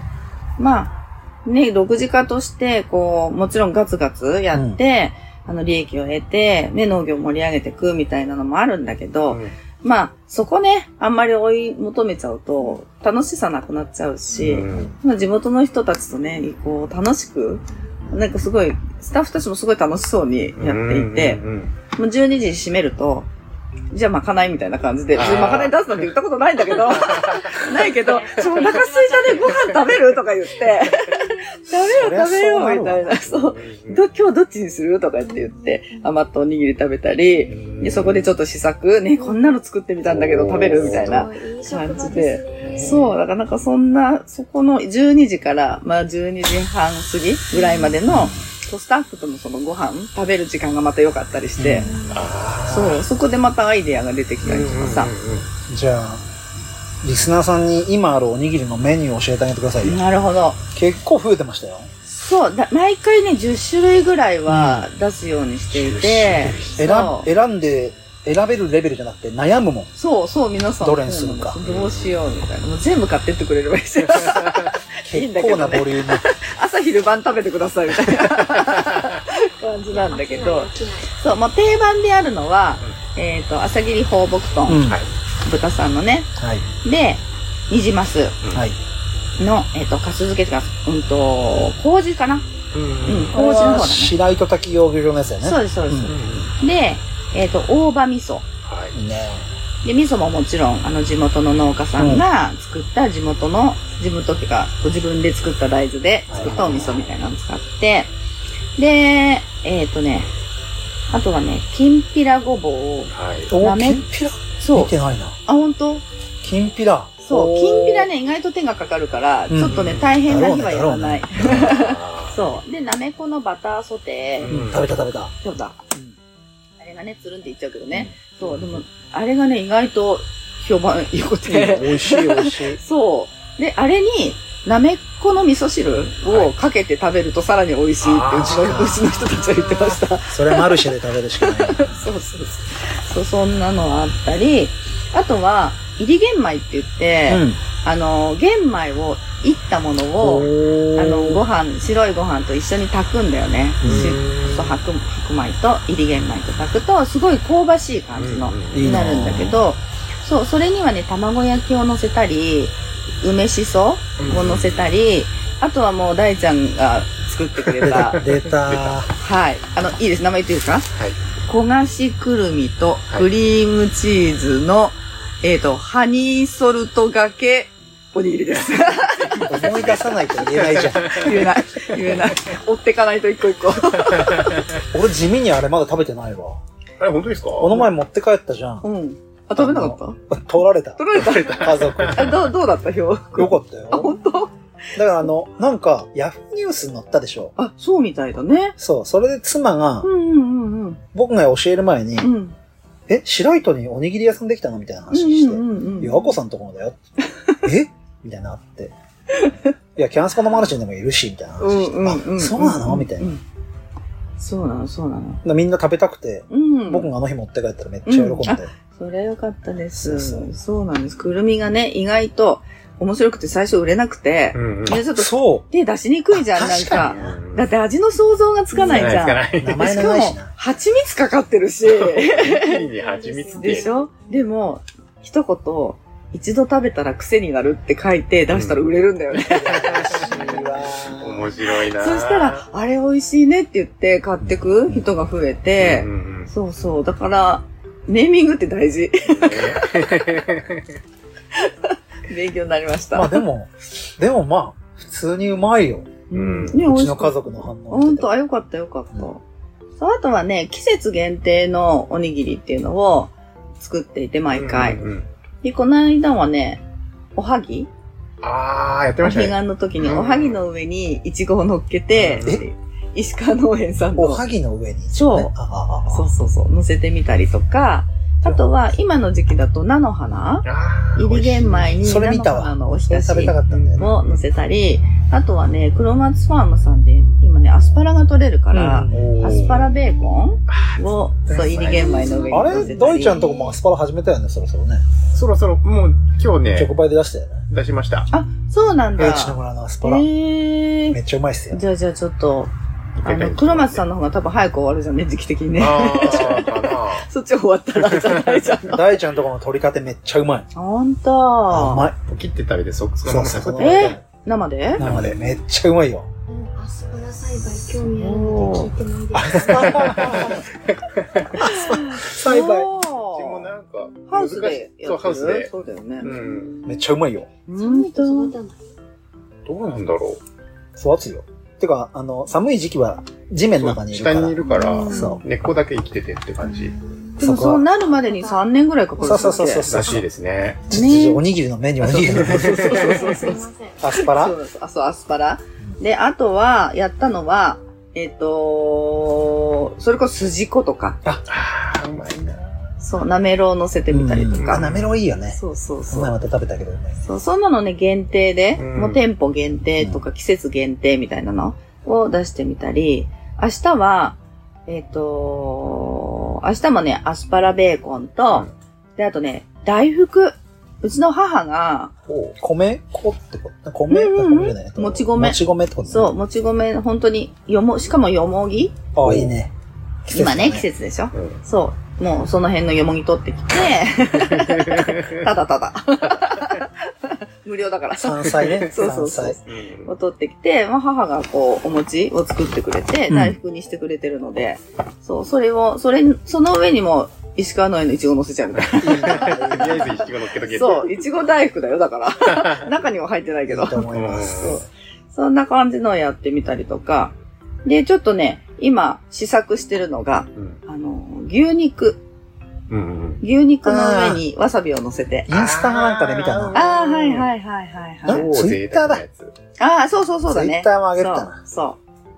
C: まあ、ね、6時化として、こう、もちろんガツガツやって、あの、利益を得て、ね、農業を盛り上げていくみたいなのもあるんだけど、
E: うん
C: まあ、そこね、あんまり追い求めちゃうと、楽しさなくなっちゃうし、
E: うん
C: まあ、地元の人たちとね、こう、楽しく、なんかすごい、スタッフたちもすごい楽しそうにやっていて、
E: うんうんうん
C: もう12時に閉めると、じゃあまかないみたいな感じで、
E: あー
C: 別にまかない出すなんて言ったことないんだけ (laughs) ど、ないけど、ちょお腹空いたね、ご飯食べるとか言 (laughs) って、食べよう食べようみたいな、そう。ど、今日どっちにするとかって言って、余ったおにぎり食べた
E: う
C: り、
E: ん
C: でそこでちょっと試作、ね、こんなの作ってみたんだけど食べるみたいな。
F: いい職場ですね。
C: そう、だからなんかそんな、そこの12時から、まあ12時半過ぎぐらいまでの、スタッフとのそのご飯食べる時間がまた良かったりして、
E: あー
C: そう、そこでまたアイデアが出てきたりとかさ
E: うん。うんうんうん
D: じゃあ、リスナーさんに今あるおにぎりのメニューを教えてあげてくださいよ。
C: なるほど。
D: 結構増えてましたよ。
C: そう、だ毎回ね、10種類ぐらいは出すようにしていて、
D: 選
C: そう
D: 選んで、選べるレベルじゃなくて悩むもん。
C: そうそう、皆さん。
D: どれにするか
C: そうどうしようみたいな。もう全部買ってってくれればいい
D: (laughs)
C: じゃん。いい
D: 結
C: んだけ
D: 構
C: どね
D: なボリューム。
C: 朝昼晩食べてくださいみたい
D: (laughs)
C: な感じなんだけど。
F: 飽きない
C: そう、まあ、定番であるのは、えっ、と、朝霧放牧豚、
D: うん。は。
E: はい
C: 豚さんのね。
D: はい。
C: で、ニジマス
D: はい。
C: の、えっ、と、かす漬けとか、うんと、麹かな
E: うんうん
C: これは白い方だね
D: 白糸炊き養魚場のやつだよね。
C: そうです、そうです。
D: う
C: で、えっ、と、大葉味噌。
E: はい
D: ん。いいね。
C: で、味噌ももちろん、あの、地元の農家さんが作った地元の、地元っていうか、ご自分で作った大豆で作ったお味噌みたいなの使って、で、えっ、とね、あとはね、きんぴらごぼうを、
E: はい
D: お、
C: ラ
D: き
C: メ
D: んぴら
C: そう
D: 見てないな。
C: あ、本当
D: きんぴら。
C: そう、
D: おー
C: きんぴら。ね、意外と手がかかるから、
D: うん
C: ちょっとね、大変な日はやらない。
E: あ
C: そう。で、なめこのバターソテー、
E: ー
D: うん食べた食べた。
C: そうだ。
D: うん
C: あれがね、つるんっていっちゃうけどね。そう、でも、あれがね、意外と評判良くて。
D: 美味しい美味しい。
C: そう。で、あれに、なめっこの味噌汁をかけて食べるとさらに美味しいって、うち
D: あ
C: の、
D: ー
C: うちの人たちは言ってました。
D: それはマルシェで食べるしかな
C: (laughs)
D: い。
C: そうそうそう。そう、そんなのあったり、あとは、入り玄米って言って、
D: うん。
C: あの、玄米を、いったものを、あの、ご飯、白いご飯と一緒に炊くんだよね。しそう白白米と入り玄米と炊くと、すごい香ばしい感じの
E: うんうん
D: いい
C: に
D: な
C: なるんだけど、そう、それにはね、卵焼きを乗せたり、梅しそを乗せたり、あとはもう大ちゃんが作ってくれ
D: 出
C: た
E: (laughs)
D: た、出た。
C: はい。あの、いいです。名前言っていいですか
E: はい。
C: 焦がしくるみと
E: はい
C: クリームチーズの、えっ、と、ハニーソルトがけおにぎり
E: (laughs)
C: です。
D: 思い出さないと言えないじゃん。
C: (laughs) 言えない。言えない。追ってかないと一個一個。
D: 俺地味にあれまだ食べてないわ。
E: あれ、本当ですか
D: この前持って帰ったじゃん。
C: うん。あ、食べなかった
D: 取られた。
C: 取られた
D: 家族に。
C: (laughs) あどう、どうだったよ
D: よかったよ。
C: あ、本当
D: だからあの、なんか、ヤフーニュースに載ったでしょ。
C: あ、そうみたいだね。
D: そう、それで妻が
C: う、んうんうんうん。
D: 僕が教える前に、
C: うん。
D: え、白糸におにぎり屋さんできたのみたいな
C: うん
D: 話して、
C: うんうんうん。
D: いや、アコさんのところ
C: (laughs)
D: だよ。えみたいなあって。いや、キャンスコのマルシンでもいるし、みたい
C: う
D: な話
C: ん
D: して。
C: うんうん。
D: あ、そうなのみたいな。だか
C: な。そうなの、そうなの。
D: らみんな食べたくて、
C: うん。
D: 僕があの日持って帰ったらめっちゃ喜んで。
C: うんあそれは良かったで
D: そう
C: す。
D: そ
C: そううなんです。くるみがね、意外と面白くて最初売れなくて、
E: うんうん。
C: みんなちょっと
D: そ
C: 手出しにくいじゃん、な
D: あ
C: ん
D: 確か
C: か。
E: うん
C: だって味の想像がつかないじゃん。
E: つかない。
D: う。名
C: で
D: 前
C: し
D: 長
C: か
D: い
C: も
D: しな。、
C: 蜂蜜かかってるし、
E: 一気に蜂蜜
C: でしょでも、一言、一度食べたら癖になるって書いて出したら売れるんだよね。
D: うわ
E: 面白いな
C: そしたら、あれ美味しいねって言って買ってく人が増えて、
E: うんうんうん
C: そうそう。だから、ネーミングって大事。 (laughs) 勉強になりました。
D: まあでも、でもまあ、普通にうまいよ。
E: うん
C: ね、美
D: う
C: 味
D: ち
C: しか
D: の
C: った
D: 家族の反応
C: ほん
D: 見て
C: と、あ、よかったよかった。そう、あとはね、季節限定のおにぎりっていうのを作っていて、毎回。
E: うんうんうん
C: で、この間はね、おはぎ
E: あー、やって
C: お彼
E: ました
C: 岸
E: ね。
C: の時に
E: うん
C: おはぎの上にイチゴを乗っけて、石川農園さんの。
D: おはぎの上に、ね。
C: そう
D: ああああ
C: そうそうそう、乗せてみたりとか、あとは今の時期だと菜の花
E: あー
C: 入り玄
E: 美
C: 米に
E: 味し
D: それ
C: 菜
D: 見
C: の
D: たわ
C: 花のおひ
D: そ
C: た
D: れ
C: し
D: 食べたかったんだよね。
C: を乗せたり、あとはね、クロマツファームさんで今ね、アスパラが取れるから、
D: うん
E: い
C: アスパラベーコ
E: あ
C: ンを、
E: ー
C: そう、入り玄米の上に
D: あ
C: 乗せた
D: れ、
C: り。
D: 大ちゃんとこもアスパラ始めたよね、そろそろね。
E: そろそろ、もう今日ね
D: 直、売で出したよね。
E: 出しました。
C: あ、そうなんだ。
D: うちの村のアスパラ。め
C: へー
D: っちゃうまいっすよ。
C: じゃあじゃあちょっと、あの、黒松さんの方が多分早く終わるじゃんね、時期的にね。
E: あー、かな
C: そっち終わったら、じゃあ大ち (laughs) ゃんの。
D: 大ちゃんとこの取り立てめっちゃうまい。
C: ほんと。
D: 甘い。
E: 切って食べて、そ、
D: そ
E: そのま
D: う
E: ま
D: そう
E: 食べ
D: そう。
E: て。
C: え生
D: (laughs)
C: で
D: 生でめっちゃうまいよ。
F: アスパラ栽培興味あるので聞いてもいいです
D: あ
F: か
D: 栽培。
E: うちも
C: おー
E: なんか、
C: ハウスでやってる
E: そう、ハウスで。
C: そうだよね。
E: うん。
D: めっちゃうまいよ。
C: ほ
F: 寒い
C: ん
F: と
C: と
F: 育たない。
E: どうなんだろ
D: 育つよ。てか、あの、寒い時期は地面の中
E: う。
D: にいるか
E: 下
D: ら
E: にい。るから
C: う、ん
D: そ
E: 根っこだけ生きててって感じ
C: でも
D: そこは
C: そうなるまでに3年ぐらいかかるんだっけ
D: そうそうそうそう
E: らしいですね。
D: う。ちょちょおにぎりの目におにぎりの
C: (laughs)
D: 目に
C: そうそうそう
F: す
C: そ
F: いうません。
D: ア
C: そ
D: スパラ
C: うそうあ、そう、アスパラ。で、あとは、やったのは、えっ、とそれこそ筋子とか、
E: あー、うまいな。
C: そう、なめろうを乗せてみたりと
E: うん
D: あ、
C: か。
D: なめろういいよね。
C: そうそう
D: こ
C: そ
D: の前
C: う。
D: また食べたけどうまい。
C: そう、そんなのね、限定で、
E: うん
C: もう店舗限定とか季節限定みたいなのを出してみたり、明日は、えっ、と明日もね、アスパラベーコンと、
E: うん
C: で、あとね、大福。うちの母が、
E: ほう。
D: 米粉ってこと米
C: うんうんうん
D: 米じゃないえっと
C: もち米
D: もち米ってことね
C: そう、もち米、本当に、よも、しかもよもぎ
D: あ、いいね。季節だ
C: 今ね、季。節でしょ
E: うん
C: そう。もう、その辺のよもぎ取ってき
E: (laughs)
C: て、ただただ。 (laughs) 無料だから。
D: 山菜ね。
C: そうそう
D: 山
C: そう
D: 菜。。
E: うん
C: を取ってきて、まあ、母がこう、お餅を作ってくれて、
D: うん
C: 大福にしてくれてるので、そう、それを、それ、その上にも、石川農園のいちご乗せちゃう
D: (laughs)
C: みたいな。
D: いいな。
E: とりあえず一個乗っけとけ。
C: そう、いちご大福だよ、だ
D: (laughs)
C: から。中には入ってないけ
D: い
C: ど
D: い。と思います。
E: うん
C: そんな感じのをやってみたりとか。で、ちょっとね、今、試作してるのが、
E: うん。
C: あの、牛肉。
E: うんうん。
C: 牛肉の上にわさびを乗せて。
D: インスタかなんかで見たな。
C: ああー、はいはいはいはい
D: な
C: は
D: ん
C: い。
E: 超贅沢なやつ。
C: ああ、そうそうそうだね。
D: ツイッターも上げてたな
C: そう。そ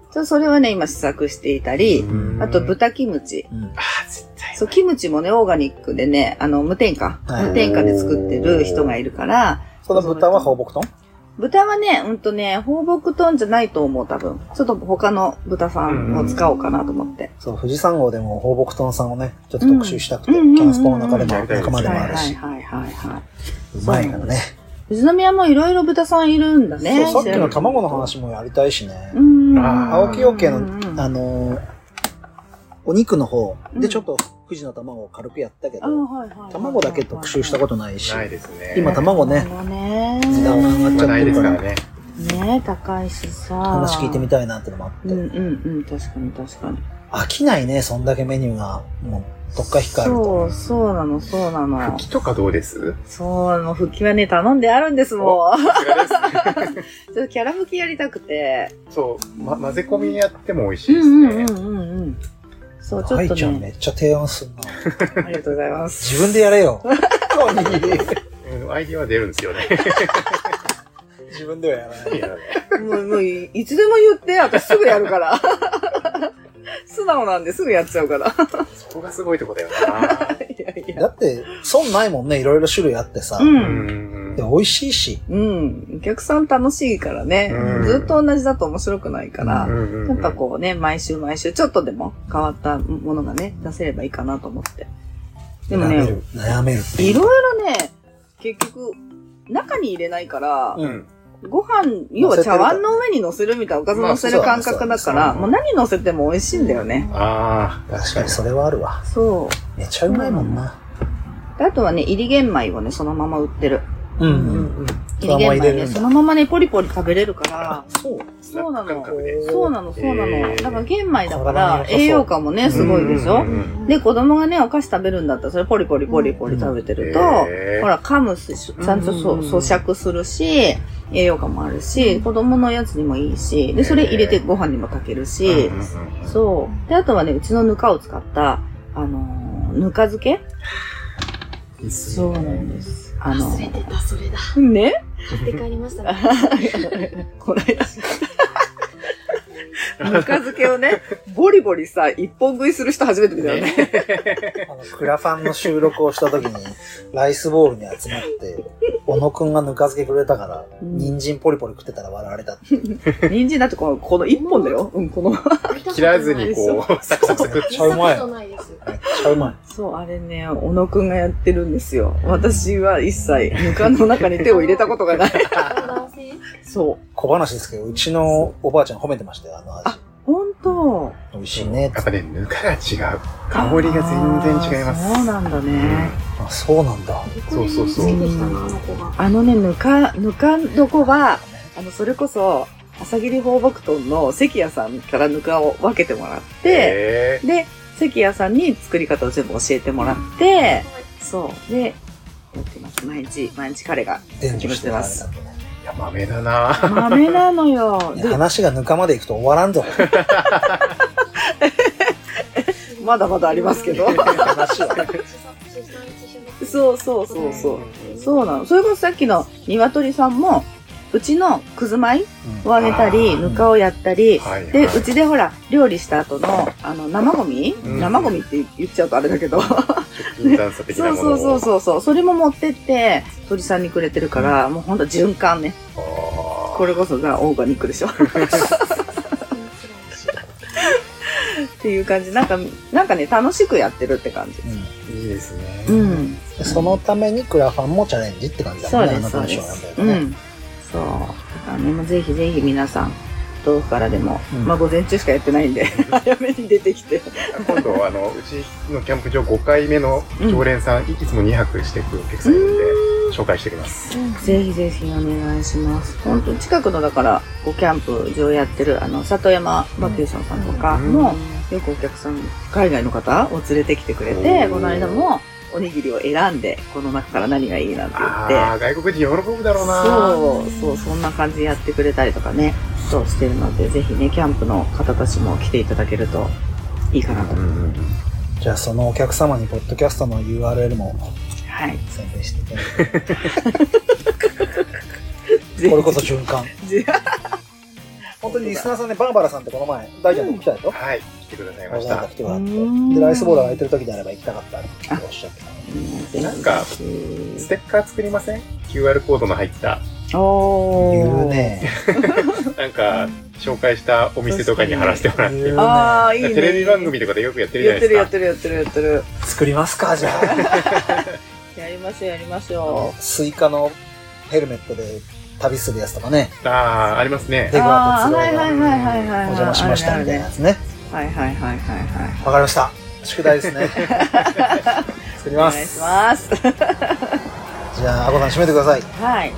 C: う。ちょそれはね、今試作していたり、
E: うん
C: あと豚キムチ。
D: うん
E: あー、絶対。
C: そう、キムチもね、オーガニックでね、あの、無添加。
D: はい
C: 無添加で作ってる人がいるから、
D: その豚は放牧豚
C: 豚はね、うんとね、放牧豚じゃないと思う、多分。ちょっと他の豚さんを使おうかなと思って。
D: そう、富士山号でも放牧豚さんをね、ちょっと特集したくて、
C: うん
D: キ
C: うんうんうん
D: ャンスポの中でも仲間
E: ま
D: でもある
C: はい
D: し、
C: はいはいはい。
D: うまいからね。
C: 宇都宮もいろいろ豚さんいるんだね。
D: そう、さっきの
C: 調
D: 卵の話もやりたいしね
C: べるとう。ん。
E: あー
D: 青木養鶏
C: うんうんうん
D: の、
C: あ
D: あのー、お肉の方
C: う
D: で
C: ん
D: ちょっと富士の卵を軽くやったけど、
C: はいはいはい
D: 卵だけ特集したことないし、
E: ないですね。
D: 今卵ね
C: なるほどね。
D: 値段が上がっちゃってるから、
E: ね。
C: ねえ、高いしさ。
D: 話聞いてみ
C: た
D: たいなってのもあって。
C: うんうんうん、確かに確かに。
D: 飽きないね、そんだけメニューが、もう、どっか控える
C: そ
D: と
C: う、。そうなの、そうなの
E: 復。帰とかどうです
C: そうなの、復帰はね、頼んであるんですもん。
E: こちらですね
C: (laughs) ちょっとキャラ吹きやりたくて。
E: そう、ま、混ぜ込みやっても美味し
C: う
E: い
C: ん
E: で
C: う
E: す
C: ん
E: ね。
C: うんうんうん。そう、ちょ
D: は
C: っ
D: い
C: と
D: ちゃん
C: ね、
D: めっちゃ提案すんな。
C: ありがとうございます。
D: 自分でや
C: (laughs)
D: れよ。おにぎり
E: うんアイディアは出るんですよ (laughs) ね。
D: 自分ではやらない
E: い。や
C: もう、もうい、いつでも言って、私すぐやるから。 (laughs) 素直なんですぐやっちゃうから。
E: そこがすごいとこだよな。
C: いやいや。
D: だって、損ないもんね、いろいろ種類あってさ。
C: う。
E: うんん
D: で、。美味しいし。
C: うん。お客さん楽しいからね。
E: うん
C: ずっと同じだと面白くないから。
E: な
C: やっぱこうね、毎週毎週、ちょっとでも変わったものがね、出せればいいかなと思って。でも
D: 悩め
C: ね、
D: る。悩めるって
C: い
D: いう。
C: ろいろね、結局、中に入れないから、
E: うん。
C: ご飯、要は茶碗の上に乗せるみたいな、おかず乗せる
D: まあ
C: 感覚だか
E: そう
C: ら、
E: そう
C: もう何乗せても美味しいんだよね。
E: ああ、
D: 確かにそれはあるわ。
C: そ
D: めっちゃうまいもんな。
C: う。であとはね、入り玄米をね、そのまま売ってる。
D: うんうんうん。
C: 入り玄米ね、
D: ん
C: そ
D: だ
C: のままね、ポリポリ食べれる
E: (laughs)
C: から、
D: そう。
C: そうな
E: ラップ感
C: の。
E: 覚で。
C: そうなの、そうな
E: へ
C: の。
E: ー
C: だから玄米だか
D: 体に
C: ら
D: 良、さそう
C: 栄養価もね、すごいでしょ
E: うんうんうん
C: で、子供がね、お菓子食べるんだったら、それポリポリポリポリ食べてると、
E: へー
C: ほら、噛むし、ちゃんとそう
D: うんうんうん
C: 咀嚼するし、栄養価もあるし、子供のやつにもいいし、で、それ入れてご飯にも炊けるし
E: うんう、んうん
C: そう。で、あとはね、うちのぬかを使った、あのーぬか漬け
E: いいっすね
C: そうなんです。あの
F: 忘れてた、それだ。
C: ー、ね (laughs)
F: 買って帰りましたね。
C: この間。ぬか漬けをね、ボリボリさ、一本食いする人初めて見たよね。
D: あの、クラファンの収録をした時に、ライスボールに集まって、小野くんがぬか漬けくれたから、
C: うん
D: 人参ポリポリ食ってたら笑われたって。
C: 人参だってこの、この一本だよ。うん、この。
E: 切らず
F: (laughs)
E: にこう、サクサクサク
D: め
E: っ
D: っちゃうまい。めっ
F: ないです。
D: ちゃうまい。
C: そう、あれね、小野くんがやってるんですよ。私は一切、ぬかの中に手を入れたことがない。
F: 男性
C: (laughs) そう。
D: 小話ですけど、うちのおばあちゃん褒めてましたよ、あの味。
C: ほんと。
D: 美味しいねって
E: やっぱね、ぬかが違う。香りが全然違いま
C: あーそう
E: す。
C: なんだね。
D: あ、そうなんだ。
E: そうそうそう
F: ここに見つけてきたな、あの子が。
C: あのね、ぬか、ぬか床は、あの、それこそ、朝霧放牧豚の関谷さんからぬかを分けてもらって、
E: へ
C: で、関谷さんに作り方を全部教えてもらって、そう。で、やってます。毎日、毎日彼 (laughs) が。
D: 伝授してられたんだね
E: ーいや、豆だな。
C: 豆なのよ。
D: いや話がぬかまで行くと終わらんぞ。
C: まだまだありますけど
D: (laughs) 話は
C: そうそうそうそう。そうなの。それこそさっきの鶏さんも、うちのくず米をあげたり、
D: うん
C: ぬかをやったり、
E: はいはい
C: で、うちでほら、料理した後の、あの、生ゴミ、
E: うん
C: 生ゴミって言っちゃうとあれだけど、そう
E: 食品探査的なもの
C: そ
E: を。
C: うそうそうそう、それも持ってって、鳥さんにくれてるから、もうほんと循環ね。
E: あ
C: これこそがオーガニックでしょ。っていう感じ。なんか、なんかね、楽しくやってるって感じ。
D: うん
E: ーいいですね。
C: うん。
D: でそのためにクラファンもチャレンジって感じだ
C: そ
D: も
C: うん
D: ね。
C: です、
D: あ
C: そう
D: なた
C: で
D: の
C: す
D: 商。
C: う
D: 売もね
C: ん。そう。だからね、もうぜひぜひ皆さん、豆腐からでも、
D: うん
C: まあ午前中しかやって (laughs) ないんで、早めに出てきて。
E: 今度、あの、うちのキャンプ場5回目の常連さん、いつも2泊してくお客さんいるんで、紹介してきます。
C: ぜひぜひお願いします。本当近くのだから、こうキャンプ場やってる、あの、里山バケーションさんとかも、よくお客さん、海外の方を連れてきてくれて、
E: おー
C: この間も、おにぎりを選んで、この中から何がいいなんて言って。
E: ああ、外国人喜ぶだろうな。
C: そう、そう、そんな感じでやってくれたりとかね、そうしてるので、ぜひね、キャンプの方たちも来ていただけるといいかなと。
E: うんうん
D: じゃあそのお客様にポッドキャストの URL も
C: はい。
D: 宣伝していただい
C: ぜ
D: て。
C: ひ
D: (laughs) これこそ循環。
C: ぜひ
D: 本当にリスナーさんね、バーバラさんってこの前、大ちゃんと来たでしょ
E: はい、来てくださいま
D: わ
E: し
D: ざわざ
E: た。
D: 来てもらっ
C: うん
D: て。で、ライスボールが空いてる時であれば行きたかったっておっしゃってたので。
E: なんかステッカー作りません ?QR コードの入った、
C: おー。
D: 言うね。
E: なんか、紹介したお店とかに貼らせてもらって。
D: 言うね
C: あー、いいね。
E: テレビ番組とかでよくやってるじゃ
C: や
E: な
C: っ
E: い
C: て
E: です
C: る
E: か。
C: やってるやってるやってる。
D: 作りますか、じゃあ。
C: やりましょうやりましょ
D: スイカのヘルメットで旅するやつとかね。
E: ああ、ありますね
C: う。
D: 出。川
C: あー
D: 哲
C: はい
D: 朗
C: はい
D: が
C: はいはいはい。
D: お邪魔しましたみたいなやつね。
C: はいはいはいはいはい。
D: わかりました。宿題ですね。作り
C: お
D: ま
C: 願いし
D: す。
C: ます。
D: じゃあ、あこさん閉めてください。
C: はい。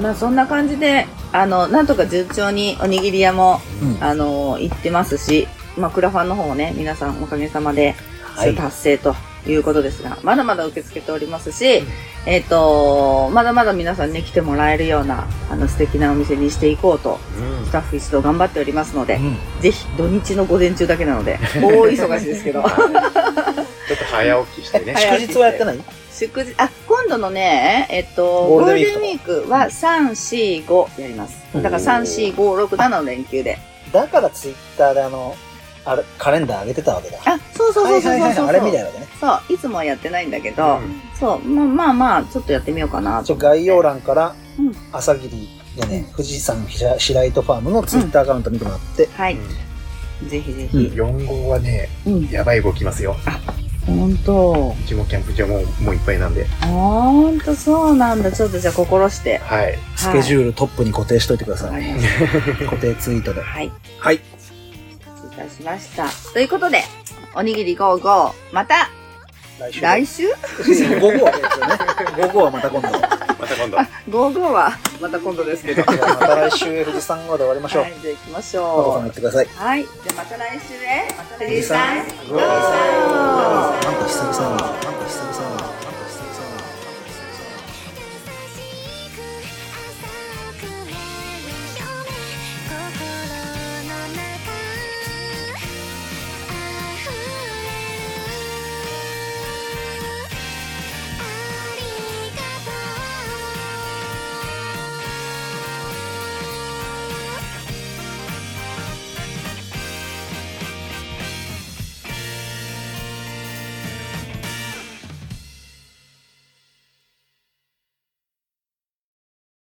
C: まあそんな感じで、あの、なんとか順調におにぎり屋も、
D: うん
C: あの、行ってますし、まあクラファンの方もね、皆さんおかげさまで、
D: はい。
C: 達成ということですが、まだまだ受け付けておりますし、えっ、と、まだまだ皆さんね、来てもらえるような、あの、素敵なお店にしていこうと、 (laughs) スタッフ一同頑張っておりますので
D: う、ん
C: ぜひ土日の午前中だけな
D: (laughs)
C: ので、大忙しですけど、
E: ちょっと早起きしてね。
C: 早
D: 祝
C: 起きして
D: 日はやってない
C: 祝日、あ、今度のね、えっ、と、
D: ゴ
C: ゴー
D: ール
C: ル
D: デ
C: デ
D: ン
C: ン
D: ウ
C: ウ
D: ィ
C: ィークは3、4、5やります。だから3、4、5、6、7の連休で。
D: だからツイッターであの、あれ、カレンダー上げてたわけだ。
C: あ、そうそうそうそうそうそう、
D: はいはいはいはいあれみたいなわけね。
C: そう、いつもはやってないんだけ
E: う
C: ど、
E: ん
C: そう、まあまあまあ、ちょっとやってみようかな
D: ち
C: と
D: ょ、。概要欄から
C: うん、
D: 朝霧でね、富士山ひら白糸ファームのツイッターアカウント見てもらって、
C: はい。ぜひぜひ。
E: 4号はね、
C: うん。
E: やばい動きますよ。
C: 本当。
E: うちもキャンプ場ももういっぱいなんで。
C: ほんとそうなんだ。ちょっとじゃあ心して。
E: はい。
D: スケジュールトップに固定しといてくださ。
C: はいい。
D: 固定ツイートで。
C: はい。
D: はい。
C: 失礼いたしました。ということで、おにぎり55、また
D: 来週。
C: 来週
D: 5号は別よね。5号は
C: (laughs)
D: また今度。
E: また今度。
C: ?55 はまた今度ですけど。は
D: じゃあまた来週、富士山号で終わりま
C: い、
D: し
C: じゃ
D: ょう
C: あ。行きまし
D: マコさんも
C: ょ
D: 言ってください。
C: う。はい。じゃあまた来週へ。また
D: 富士山
C: どうぞ
D: なんか久々に、なんか久々に。